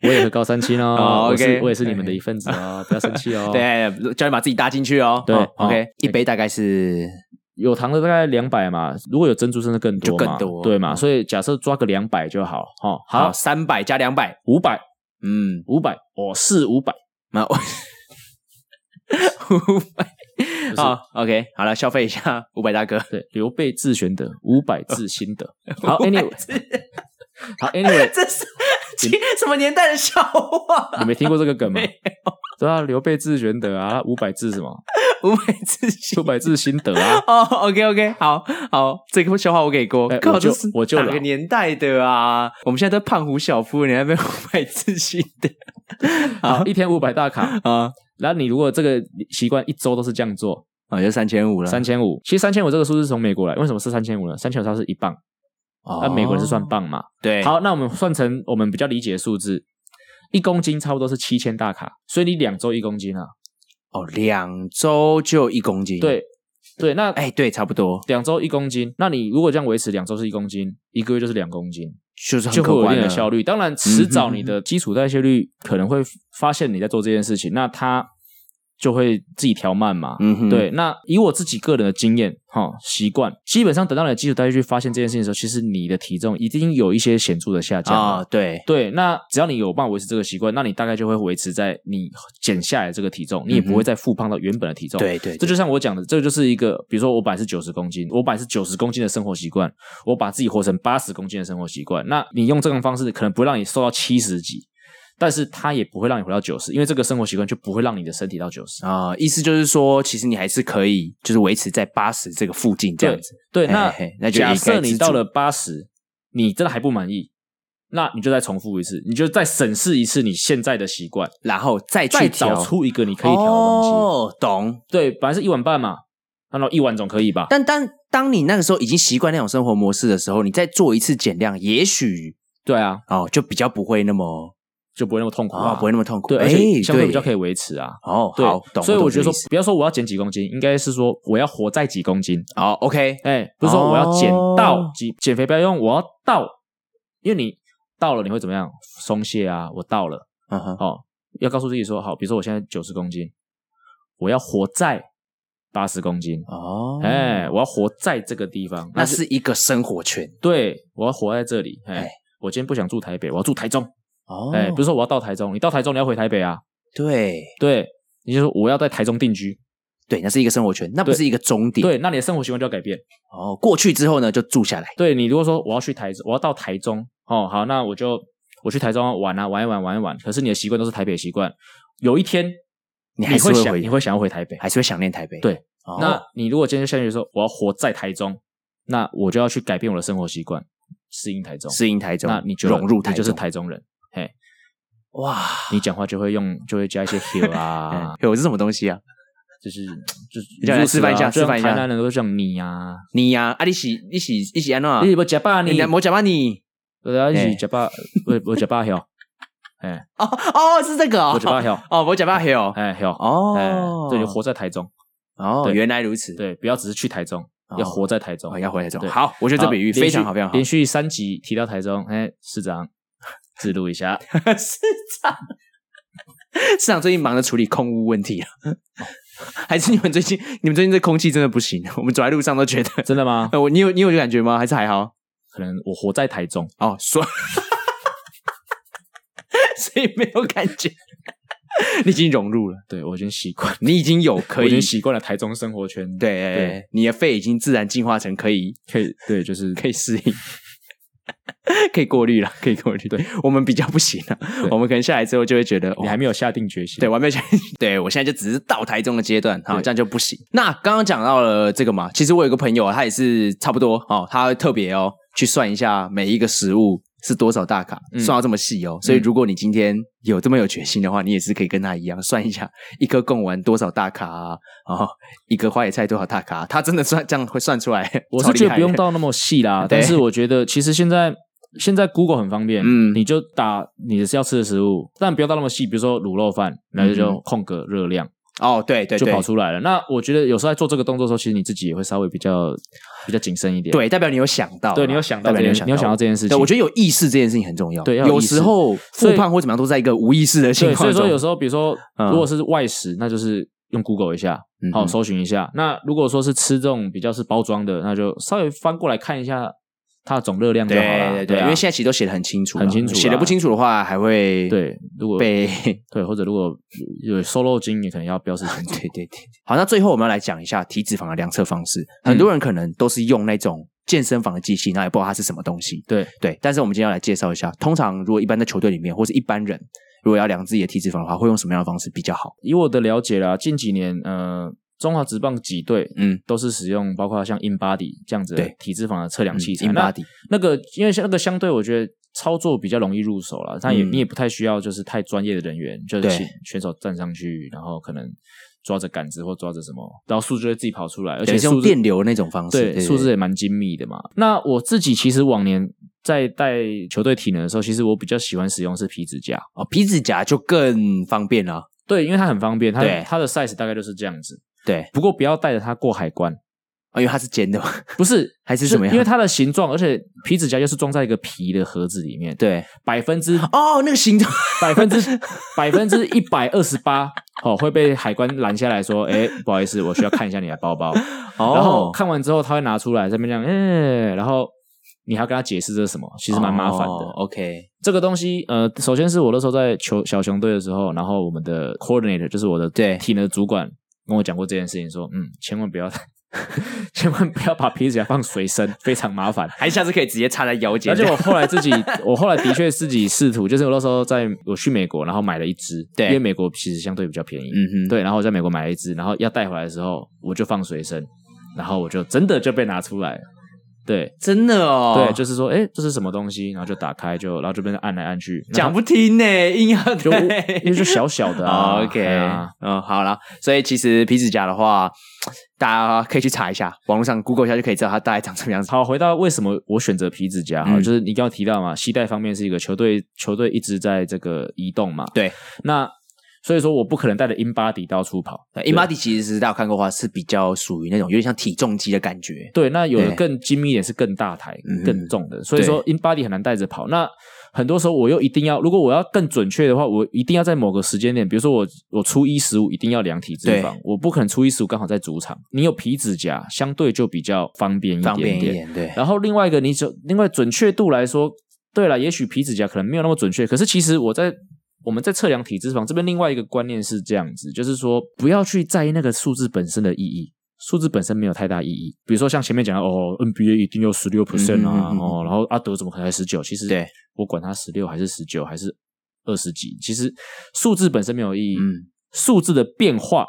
Speaker 2: 我也喝高三七哦
Speaker 1: 哦，
Speaker 2: 我是
Speaker 1: OK。，
Speaker 2: 我也是你们的一份子哦，不要生气哦
Speaker 1: 对，啊教练把自己搭进去哦，
Speaker 2: 对
Speaker 1: 哦
Speaker 2: 哦
Speaker 1: ，OK，一杯大概是
Speaker 2: 有糖的大概两百嘛，如果有珍珠甚至更多
Speaker 1: 就
Speaker 2: 嘛，
Speaker 1: 更多嗯
Speaker 2: 对嘛？所以假设抓个两百就好哦。好，
Speaker 1: 三百加两百，
Speaker 2: 五百
Speaker 1: 嗯，
Speaker 2: 五百，我是五百，
Speaker 1: 那我五百
Speaker 2: 是
Speaker 1: 好 o k 好了，消费一下五百大 哥，
Speaker 2: 对，刘备自玄德，五百自 心得。好，Anyway，好，Anyway，
Speaker 1: 这是什么年代的笑话？
Speaker 2: 你没听过这个梗吗
Speaker 1: 没有？
Speaker 2: 对啊，刘备自玄德啊，五百字什 么？
Speaker 1: 五百自信。
Speaker 2: 五百字心得啊
Speaker 1: 哦，OK OK，好好，这个笑话我给过
Speaker 2: 哎，
Speaker 1: 靠，
Speaker 2: 我就
Speaker 1: 这是
Speaker 2: 我就
Speaker 1: 哪
Speaker 2: 老
Speaker 1: 个年代的啊？我们现在在胖虎小夫，你还没有五百自信的
Speaker 2: 好，一天五百大卡。
Speaker 1: 啊？
Speaker 2: 然后你如果这个习惯一周都是这样做，
Speaker 1: 啊，就三千五了，
Speaker 2: 三千五，其实三千五这个数字是从美国来，为什么是三千五呢？三千五它是一磅，那、
Speaker 1: 哦
Speaker 2: 啊美国人是算磅嘛？
Speaker 1: 对，
Speaker 2: 好，那我们算成我们比较理解的数字，一公斤差不多是七千大卡，所以你两周一公斤啊，
Speaker 1: 哦，两周就一公斤，，
Speaker 2: 对对，那
Speaker 1: 哎，对，差不多，
Speaker 2: 两周一公斤，那你如果这样维持两周是一公斤，一个月就是两公斤，
Speaker 1: 就是很
Speaker 2: 就会
Speaker 1: 可
Speaker 2: 有一
Speaker 1: 观
Speaker 2: 定
Speaker 1: 了
Speaker 2: 的效率。当然，迟早
Speaker 1: 嗯哼
Speaker 2: 你的基础代谢率可能会发现你在做这件事情，那它就会自己调慢嘛。
Speaker 1: 嗯哼，
Speaker 2: 对，那以我自己个人的经验，哈、习惯，基本上等到你的基础代谢去发现这件事情的时候，其实你的体重已经有一些显著的下降了。
Speaker 1: 啊，对，
Speaker 2: 对，那只要你有办法维持这个习惯，那你大概就会维持在你减下来的这个体重，你也不会再复胖到原本的体重。
Speaker 1: 嗯对对，
Speaker 2: 这
Speaker 1: 对
Speaker 2: 就像我讲的，这就是一个，比如说我本来是九十公斤，我本来是九十公斤的生活习惯，我把自己活成八十公斤的生活习惯。那你用这种方式，可能不会让你瘦到七十几，但是它也不会让你回到九十，因为这个生活习惯就不会让你的身体到九十。
Speaker 1: 啊，意思就是说，其实你还是可以，就是维持在八十这个附近这样子，
Speaker 2: 对，那
Speaker 1: 嘿嘿那就
Speaker 2: 假
Speaker 1: 应该
Speaker 2: 设你
Speaker 1: 知
Speaker 2: 到
Speaker 1: 足
Speaker 2: 了八十，你真的还不满意，那你就再重复一次，你就再审视一次你现在的习惯，
Speaker 1: 然后再去
Speaker 2: 再
Speaker 1: 调
Speaker 2: 找出一个你可以调的东西。
Speaker 1: 哦，懂。
Speaker 2: 对，本来是一碗半嘛，那到一碗总可以吧？
Speaker 1: 但当当你那个时候已经习惯那种生活模式的时候，你再做一次减量，也许
Speaker 2: 对啊，
Speaker 1: 哦就比较不会那么
Speaker 2: 就不会那么痛苦
Speaker 1: 啊、
Speaker 2: 啊，
Speaker 1: 不会那么痛苦，
Speaker 2: 对，
Speaker 1: 哎
Speaker 2: 而且相对
Speaker 1: 对
Speaker 2: 比较可以维持啊。
Speaker 1: 哦，
Speaker 2: 对
Speaker 1: 好，懂。
Speaker 2: 所以
Speaker 1: 懂
Speaker 2: 我觉得
Speaker 1: 这
Speaker 2: 说
Speaker 1: 个意思，
Speaker 2: 不要说我要减几公斤，应该是说我要活在几公斤。
Speaker 1: 哦，OK，
Speaker 2: 哎，不是说我要减
Speaker 1: 哦
Speaker 2: 到几减肥，不要用我要到，因为你到了你会怎么样？松懈啊，我到了。
Speaker 1: 嗯哼，
Speaker 2: 哦，要告诉自己说，好，比如说我现在九十公斤，我要活在八十公斤。
Speaker 1: 哦，
Speaker 2: 哎，我要活在这个地方，
Speaker 1: 那
Speaker 2: 就是
Speaker 1: 一个生活圈
Speaker 2: 对，我要活在这里。哎
Speaker 1: 哎，
Speaker 2: 我今天不想住台北，我要住台中。
Speaker 1: 哦
Speaker 2: 哎，不是说我要到台中，你到台中你要回台北啊。
Speaker 1: 对
Speaker 2: 对，你就说我要在台中定居。
Speaker 1: 对，那是一个生活圈，那不是一个终点。
Speaker 2: 对，那你的生活习惯就要改变。
Speaker 1: 哦，过去之后呢，就住下来。
Speaker 2: 对你如果说我要去台中，我要到台中，哦，好，那我就我去台中玩啊，玩一玩，玩一玩。可是你的习惯都是台北习惯，有一天
Speaker 1: 你还
Speaker 2: 你
Speaker 1: 是会
Speaker 2: 会
Speaker 1: 回
Speaker 2: 想，你会想要回台北。
Speaker 1: 还是会想念台北。
Speaker 2: 对
Speaker 1: 哦，
Speaker 2: 那你如果今天下决心说我要活在台中，那我就要去改变我的生活习惯，适应台中。
Speaker 1: 适应台中，
Speaker 2: 那你就
Speaker 1: 融入台
Speaker 2: 你就
Speaker 1: 中，
Speaker 2: 是台中人，
Speaker 1: 哇，
Speaker 2: 你讲话就会用，就会加一些 here 啊
Speaker 1: 嗯，有这什么东西啊？
Speaker 2: 就是就是
Speaker 1: 你讲来示范一下
Speaker 2: 就像
Speaker 1: 示范一下
Speaker 2: 台南人都会讲你啊，
Speaker 1: 你呀，啊，你是你是你是安
Speaker 2: 你
Speaker 1: 怎？
Speaker 2: 不吃饱你
Speaker 1: 你，我讲吧你。
Speaker 2: 对啊，
Speaker 1: 哎
Speaker 2: 你啊哎吃饱， 我我吃饱晓，
Speaker 1: 哦哦，是这个
Speaker 2: 我吃饱
Speaker 1: 哦。
Speaker 2: 晓，
Speaker 1: 哦，我讲吧嘿哦。
Speaker 2: 哎晓，哎
Speaker 1: 哦，，
Speaker 2: 对，你活在台中，
Speaker 1: 哦，
Speaker 2: 对
Speaker 1: 原来如此。
Speaker 2: 对，不要只是去台中，要活在台中
Speaker 1: 哦，，要回台中。
Speaker 2: 对
Speaker 1: 好，我觉得这比喻非常好，
Speaker 2: 连
Speaker 1: 非
Speaker 2: 续
Speaker 1: 常好
Speaker 2: 连。续三集提到台中，哎，市长自录一下，
Speaker 1: 市长，市长最近忙着处理空屋问题啊， 还是你们最近你们最近这空气真的不行？我们走在路上都觉得，
Speaker 2: 真的吗？
Speaker 1: 呃我你有你有感觉吗？还是还好？
Speaker 2: 可能我活在台中，
Speaker 1: 哦，所以 所以没有感觉， 你已经融入了，
Speaker 2: 对我已经习惯，
Speaker 1: 你已经有可
Speaker 2: 我已
Speaker 1: 以
Speaker 2: 经。习惯了台中生活圈，
Speaker 1: 对，对你的肺已经自然进化成可以
Speaker 2: 可以，对，就是
Speaker 1: 可以适应， 可以过滤了，可以过滤。
Speaker 2: 对，
Speaker 1: 我们比较不行啊，我们可能下来之后就会觉得，哦
Speaker 2: 你
Speaker 1: 哇
Speaker 2: 还没有下定决心，
Speaker 1: 对，我还没有想， 对我现在就只是到台中的阶段，好，
Speaker 2: 对
Speaker 1: 这样就不行。那刚刚讲到了这个嘛，其实我有个朋友啊，他也是差不多哦，他会特别哦去算一下每一个食物是多少大卡，
Speaker 2: 嗯
Speaker 1: 算到这么细哦。所以
Speaker 2: 嗯
Speaker 1: 如果你今天有这么有决心的话，你也是可以跟他一样算一下一颗贡丸多少大卡啊，然后一个花野菜多少大卡啊、他真的算这样会算出来，
Speaker 2: 我
Speaker 1: 超
Speaker 2: 是
Speaker 1: 厉
Speaker 2: 觉得
Speaker 1: 害
Speaker 2: 不用
Speaker 1: 的。
Speaker 2: 到那么细啦，
Speaker 1: 对
Speaker 2: 但是我觉得其实现在现在 Google 很方便，
Speaker 1: 嗯
Speaker 2: 你就打你是要吃的食物，但不要到那么细，比如说卤肉饭，然后就空格热量
Speaker 1: 哦，对嗯对
Speaker 2: 就
Speaker 1: 对
Speaker 2: 跑。出来了。那我觉得有时候在做这个动作的时候，其实你自己也会稍微比较比较谨慎一点，
Speaker 1: 对，代表你有想到啦，
Speaker 2: 对，你有想到
Speaker 1: 代
Speaker 2: 这
Speaker 1: 表你
Speaker 2: 件
Speaker 1: 有
Speaker 2: 你有想到这件事
Speaker 1: 对，
Speaker 2: 情，
Speaker 1: 我
Speaker 2: 得
Speaker 1: 觉得有意识这件事情很重要。
Speaker 2: 对要有
Speaker 1: 有
Speaker 2: 意识
Speaker 1: 时候复
Speaker 2: 所以
Speaker 1: 胖或怎么样，都在一个无意识的情
Speaker 2: 对，所
Speaker 1: 况
Speaker 2: 以
Speaker 1: 中。
Speaker 2: 说有时候比如说
Speaker 1: 嗯
Speaker 2: 如果是外食，那就是。用 Google 一下，
Speaker 1: 嗯
Speaker 2: 好、
Speaker 1: 嗯
Speaker 2: 搜寻一下。那如果说是吃这种比较是包装的，那就稍微翻过来看一下它的总热量就
Speaker 1: 对
Speaker 2: 好了。
Speaker 1: 对
Speaker 2: 对啊，
Speaker 1: 因为现在其实都写的很清楚啦，
Speaker 2: 很清楚啦
Speaker 1: 写的不清楚的话还会
Speaker 2: 对，如果
Speaker 1: 被
Speaker 2: 对，或者如果有瘦肉精，你可能要标示清楚。
Speaker 1: 对对对。好，那最后我们要来讲一下体脂肪的量测方式。很
Speaker 2: 嗯
Speaker 1: 多人可能都是用那种健身房的机器，那也不知道它是什么东西。
Speaker 2: 对，
Speaker 1: 对，但是我们今天要来介绍一下，通常如果一般在球队里面或是一般人，如果要量自己的体脂肪的话，会用什么样的方式比较好？
Speaker 2: 以我的了解啦，近几年呃，中华职棒几队
Speaker 1: 嗯，
Speaker 2: 都是使用包括像 InBody 这样子的
Speaker 1: 对
Speaker 2: 体脂肪的测量器材。
Speaker 1: 嗯
Speaker 2: 那
Speaker 1: InBody
Speaker 2: 那个因为像那个相对，我觉得操作比较容易入手啦，但也、
Speaker 1: 嗯
Speaker 2: 你也不太需要就是太专业的人员，就是
Speaker 1: 对
Speaker 2: 请选手站上去，然后可能抓着杆子或抓着什么，然后数据会自己跑出来，而
Speaker 1: 而
Speaker 2: 且
Speaker 1: 是
Speaker 2: 数
Speaker 1: 用
Speaker 2: 字
Speaker 1: 电流那种方式，
Speaker 2: 对，数字也蛮精密的嘛。那我自己其实往年在带球队体能的时候，其实我比较喜欢使用是皮指甲，
Speaker 1: 哦，皮指甲就更方便了。
Speaker 2: 对，因为它很方便，它
Speaker 1: 对
Speaker 2: 它的 size 大概就是这样子。
Speaker 1: 对，
Speaker 2: 不过不要带着它过海关，
Speaker 1: 哦因为它是尖的 嘛，
Speaker 2: 不是
Speaker 1: 还是
Speaker 2: 是
Speaker 1: 什么样？
Speaker 2: 因为它的形状，而且皮指甲又是装在一个皮的盒子里面，
Speaker 1: 对，
Speaker 2: 百分之
Speaker 1: 哦，那个形状，
Speaker 2: 百分之百分之一百二十八哦会被海关拦下来说，哎，不好意思，我需要看一下你的包包。 然后
Speaker 1: 哦，
Speaker 2: 看完之后，他会拿出来这边这样，哎，然后你还要跟他解释这是什么，其实蛮麻烦的。
Speaker 1: 哦 OK，
Speaker 2: 这个东西，呃，首先是我那时候在球小熊队的时候，然后我们的 coordinator 就是我的
Speaker 1: 对
Speaker 2: 体能的主管跟我讲过这件事情，说，嗯，千万不要， 千万不要把皮指甲放 随身，非常麻烦。
Speaker 1: 还是下次可以直接插在腰间
Speaker 2: 而且我后来自己， 我后来的确自己试图，就是我那时候在我去美国，然后买了一只，
Speaker 1: 对
Speaker 2: 因为美国其实相对比较便宜，
Speaker 1: 嗯哼，
Speaker 2: 对，然后我在美国买了一只，然后要带回来的时候，我就放随身，然后我就真的就被拿出来了，对。
Speaker 1: 真的哦，
Speaker 2: 对，就是说，哎，这是什么东西？然后就打开，就然后就被按来按去，然
Speaker 1: 讲
Speaker 2: 后
Speaker 1: 不听呢， 硬要
Speaker 2: 就因为
Speaker 1: 对。哦
Speaker 2: 就小 小的、啊
Speaker 1: o k
Speaker 2: 哎呀
Speaker 1: 嗯，好了，所以其实皮指甲的话，大家可以去查一下，网络上 Google 一下就可以知道它大概长什么样子。
Speaker 2: 好，回到为什么我选择皮指甲哈，
Speaker 1: 嗯
Speaker 2: 就是你刚刚提到嘛，膝带方面是一个球队球队一直在这个移动嘛，
Speaker 1: 对，
Speaker 2: 那所以说我不可能带着 in body 到处跑，
Speaker 1: i n b o d y 其实是大家有看过的话是比较属于那种有点像体重机的感觉，
Speaker 2: 对，那有的
Speaker 1: 对
Speaker 2: 更精密一点是更大台
Speaker 1: 嗯、
Speaker 2: 更重的，所以说 in body 很难带着跑。那很多时候我又一定要，如果我要更准确的话，我一定要在某个时间点，比如说我我初一十五一定要量体脂肪
Speaker 1: 对，
Speaker 2: 我不可能初一十五刚好在主场。你有皮指甲，相对就比较方便一点
Speaker 1: 方便一
Speaker 2: 点。
Speaker 1: 点，对，
Speaker 2: 然后另外一个，你就另外准确度来说，对了，也许皮指甲可能没有那么准确，可是其实我在我们在测量体脂肪这边，另外一个观念是这样子，就是说不要去在意那个数字本身的意义。数字本身没有太大意义，比如说像前面讲的哦，NBA 一定要十六 percent 啊，
Speaker 1: 嗯嗯嗯嗯
Speaker 2: 哦，然后阿德怎么可能才十九？其实
Speaker 1: 对
Speaker 2: 我管他十六还是十九还是二十几，其实数字本身没有意义，
Speaker 1: 嗯，
Speaker 2: 数字的变化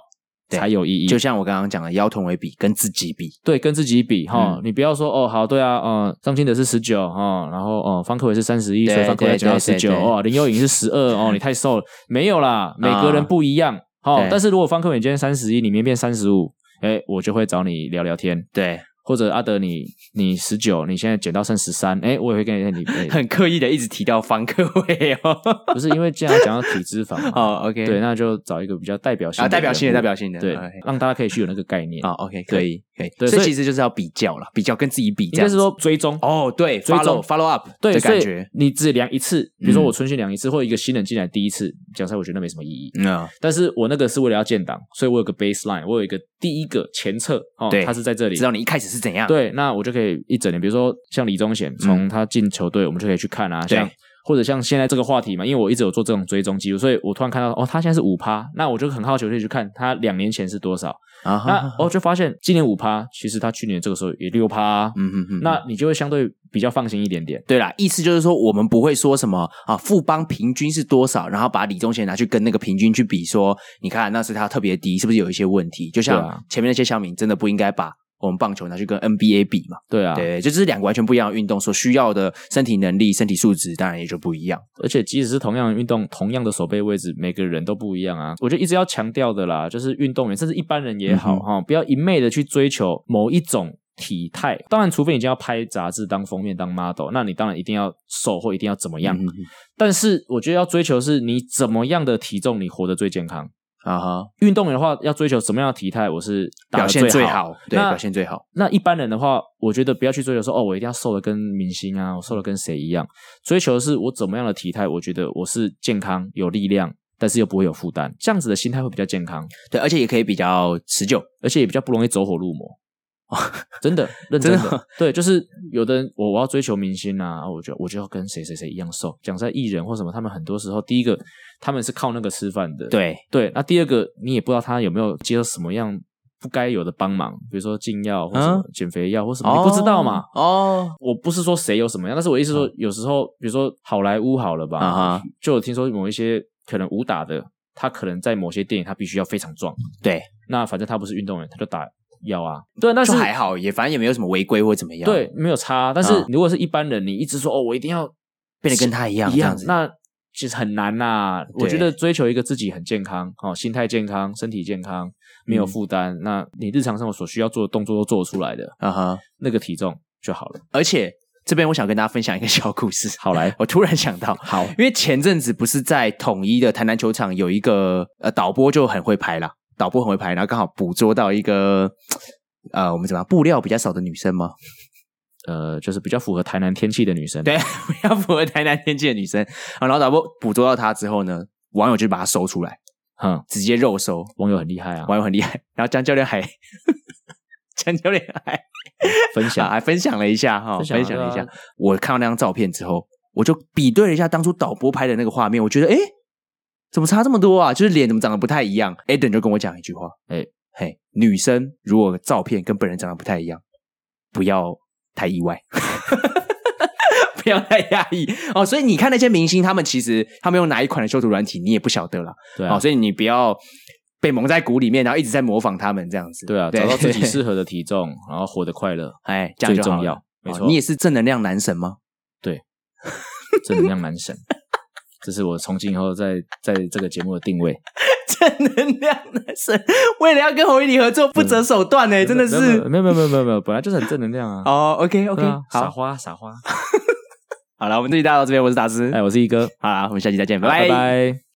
Speaker 1: 对
Speaker 2: 才有意义。
Speaker 1: 就像我刚刚讲的，腰臀围比跟自己比，
Speaker 2: 对，跟自己比哈、
Speaker 1: 嗯
Speaker 2: 你不要说哦，好，对啊，呃，张金德是十九哈，然后哦、呃，方克伟是三十一，
Speaker 1: 对
Speaker 2: 所以方克伟
Speaker 1: 对
Speaker 2: 减到
Speaker 1: 对
Speaker 2: 十
Speaker 1: 对
Speaker 2: 九
Speaker 1: 对
Speaker 2: 哦，林佑颖是十二哦，你太瘦了，没有啦，每个人不一样哈、
Speaker 1: 啊对
Speaker 2: 但是如果方克伟今天三十一，你明天变三十五，哎，我就会找你聊聊天，
Speaker 1: 对，
Speaker 2: 或者阿德你你十九，你现在减到剩十三，哎，我也会跟你你、哎
Speaker 1: 很刻意的一直提到方克伟哦，
Speaker 2: 不是因为这样讲到体脂肪嘛，
Speaker 1: 好，OK，
Speaker 2: 对，那就找一个比较代表性
Speaker 1: 啊，
Speaker 2: 的
Speaker 1: 代表性的，
Speaker 2: 人
Speaker 1: 代
Speaker 2: 物
Speaker 1: 表性的，
Speaker 2: 对
Speaker 1: OK
Speaker 2: 让大家可以去有那个概念
Speaker 1: 啊，OK，可以，可以，
Speaker 2: 对
Speaker 1: 所以
Speaker 2: 所以
Speaker 1: 其实就是要比较了，比较跟自己比，
Speaker 2: 应该是
Speaker 1: 这样
Speaker 2: 说追踪
Speaker 1: 子，哦，对
Speaker 2: 追踪
Speaker 1: ，follow follow up
Speaker 2: 对，
Speaker 1: 的
Speaker 2: 所
Speaker 1: 感
Speaker 2: 以
Speaker 1: 觉，
Speaker 2: 你只量一次，比如说
Speaker 1: 嗯
Speaker 2: 我春训量一次，或者一个新人进来第一次，讲出来我觉得那没什么意义。
Speaker 1: 嗯啊，
Speaker 2: 但是我那个是为了要建档，所以我有个 baseline，我有一个第一个前测哦
Speaker 1: 对，
Speaker 2: 它是在这里
Speaker 1: 知。道你一开始是怎样，
Speaker 2: 对，那我就可以一整年，比如说像李宗贤，从他进球队，我们就可以去看啊，
Speaker 1: 嗯对
Speaker 2: 像或者像现在这个话题嘛，因为我一直有做这种追踪记录，所以我突然看到哦，他现在是五趴，那我就很好奇，我就去看他两年前是多少，
Speaker 1: 啊哈，
Speaker 2: 那哦我就发现今年五趴，其实他去年这个时候也六趴啊，
Speaker 1: 嗯嗯嗯，
Speaker 2: 那你就会相对比较放心一点点。
Speaker 1: 对啦，意思就是说，我们不会说什么啊，富邦平均是多少，然后把李宗贤拿去跟那个平均去比说，你看那是他特别低，是不是有一些问题？就
Speaker 2: 对啊
Speaker 1: 像前面那些乡民真的不应该把我们棒球拿去跟 NBA 比嘛？
Speaker 2: 对啊，
Speaker 1: 对，就这是两个完全不一样的运动，所需要的身体能力、身体素质当然也就不一样。
Speaker 2: 而且即使是同样的运动，同样的手背位置，每个人都不一样啊。我就一直要强调的啦，就是运动员，甚至一般人也好
Speaker 1: 嗯
Speaker 2: 哈、不要一昧的去追求某一种体态。当然，除非你今天要拍杂志当封面当 model，那你当然一定要瘦或一定要怎么样。
Speaker 1: 嗯
Speaker 2: 但是我觉得要追求是你怎么样的体重，你活得最健康。
Speaker 1: 啊哈，
Speaker 2: 运动员的话，要追求什么样的体态，我是打得
Speaker 1: 表现最
Speaker 2: 最
Speaker 1: 好，对，
Speaker 2: 那
Speaker 1: 表现最好。
Speaker 2: 那一般人的话，我觉得不要去追求说哦，我一定要瘦的跟明星啊，我瘦的跟谁一样。追求的是我怎么样的体态，我觉得我是健康、有力量，但是又不会有负担，这样子的心态会比较健康，
Speaker 1: 对，而且也可以比较持久。
Speaker 2: 而且也比较不容易走火入魔。 真的，认真
Speaker 1: 真的
Speaker 2: 的，对，就是有的人我我要追求明星啊，我就我就要跟谁谁谁一样瘦。讲在艺人或什么，他们很多时候，第一个他们是靠那个吃饭的，
Speaker 1: 对，
Speaker 2: 对，那第二个你也不知道他有没有接到什么样不该有的帮忙，比如说禁药或什么
Speaker 1: 嗯
Speaker 2: 减肥药或什么，你不知道嘛？
Speaker 1: 哦，
Speaker 2: 我不是说谁有什么样，但是我意思说，有时候比如说好莱坞好了吧，
Speaker 1: 嗯啊哈
Speaker 2: 就有听说某一些可能武打的，他可能在某些电影他必须要非常壮，
Speaker 1: 对，
Speaker 2: 那反正他不是运动员，他就打药啊，对，那是
Speaker 1: 就还好，也反正也没有什么违规或怎么样，，
Speaker 2: 对没有差，但是
Speaker 1: 嗯
Speaker 2: 如果是一般人，你一直说哦，我一定要
Speaker 1: 变得跟他一样
Speaker 2: 一
Speaker 1: 这样
Speaker 2: 样
Speaker 1: 子，，
Speaker 2: 那其实很难呐、
Speaker 1: 对
Speaker 2: 我觉得追求一个自己很健康哦，心态健康，身体健康，
Speaker 1: 嗯
Speaker 2: 没有负担，那你日常生活所需要做的动作都做得出来的，
Speaker 1: 啊哈。
Speaker 2: 那个体重就好了。
Speaker 1: 而且这边我想跟大家分享一个小故事。
Speaker 2: 好来
Speaker 1: 我突然想到，
Speaker 2: 好
Speaker 1: 因为前阵子不是在统一的台南球场有一个呃导播就很会拍啦，导播很会拍，然后刚好捕捉到一个呃我们怎么样布料比较少的女生吗？
Speaker 2: 呃，就是比较符合台南天气的女生，
Speaker 1: 对，比较符合台南天气的女生。然后导播捕捉到她之后呢，网友就把她搜出来，
Speaker 2: 哼、
Speaker 1: 直接肉搜，
Speaker 2: 网友很厉害啊，
Speaker 1: 网友很厉害。 然后江教练还江教练还
Speaker 2: 嗯分
Speaker 1: 啊，
Speaker 2: 享
Speaker 1: 还分享了一下哈，
Speaker 2: 分享啊
Speaker 1: 分享了一下
Speaker 2: 对啊。
Speaker 1: 我看到那张照片之后，我就比对了一下当初导播拍的那个画面，我觉得诶，怎么差这么多啊？就是脸怎么长得不太一样？Aden 就跟我讲一句话，
Speaker 2: 哎
Speaker 1: 嘿，女生如果照片跟本人长得不太一样，不要太意外。 不要太压抑哦，所以你看那些明星，他们其实他们用哪一款的修图软体，你也不晓得啦。
Speaker 2: 对
Speaker 1: 哦，
Speaker 2: 啊，
Speaker 1: 所以你不要被蒙在鼓里面，然后一直在模仿他们这样子。
Speaker 2: 对啊，找到自己
Speaker 1: 对
Speaker 2: 适合的体重，然后活得快乐，
Speaker 1: 哎，这样
Speaker 2: 最
Speaker 1: 就好
Speaker 2: 重
Speaker 1: 了
Speaker 2: 要，没
Speaker 1: 哦
Speaker 2: 错，
Speaker 1: 你也是正能量男神吗？
Speaker 2: 正能量男神。这是我从今以后在在这个节目的定位，
Speaker 1: 正能量男神，为了要跟侯一离合作，不择手段呢、哎真的是。
Speaker 2: 没有没有没有没有没有，本来就是很正能量 啊。
Speaker 1: 哦，OK OK，、
Speaker 2: 对啊傻
Speaker 1: 好，
Speaker 2: 花傻花。
Speaker 1: 好了，我们这期大家到这边，我是达斯，
Speaker 2: 哎，我是一哥，
Speaker 1: 好啦，我们下期再见，
Speaker 2: 拜拜。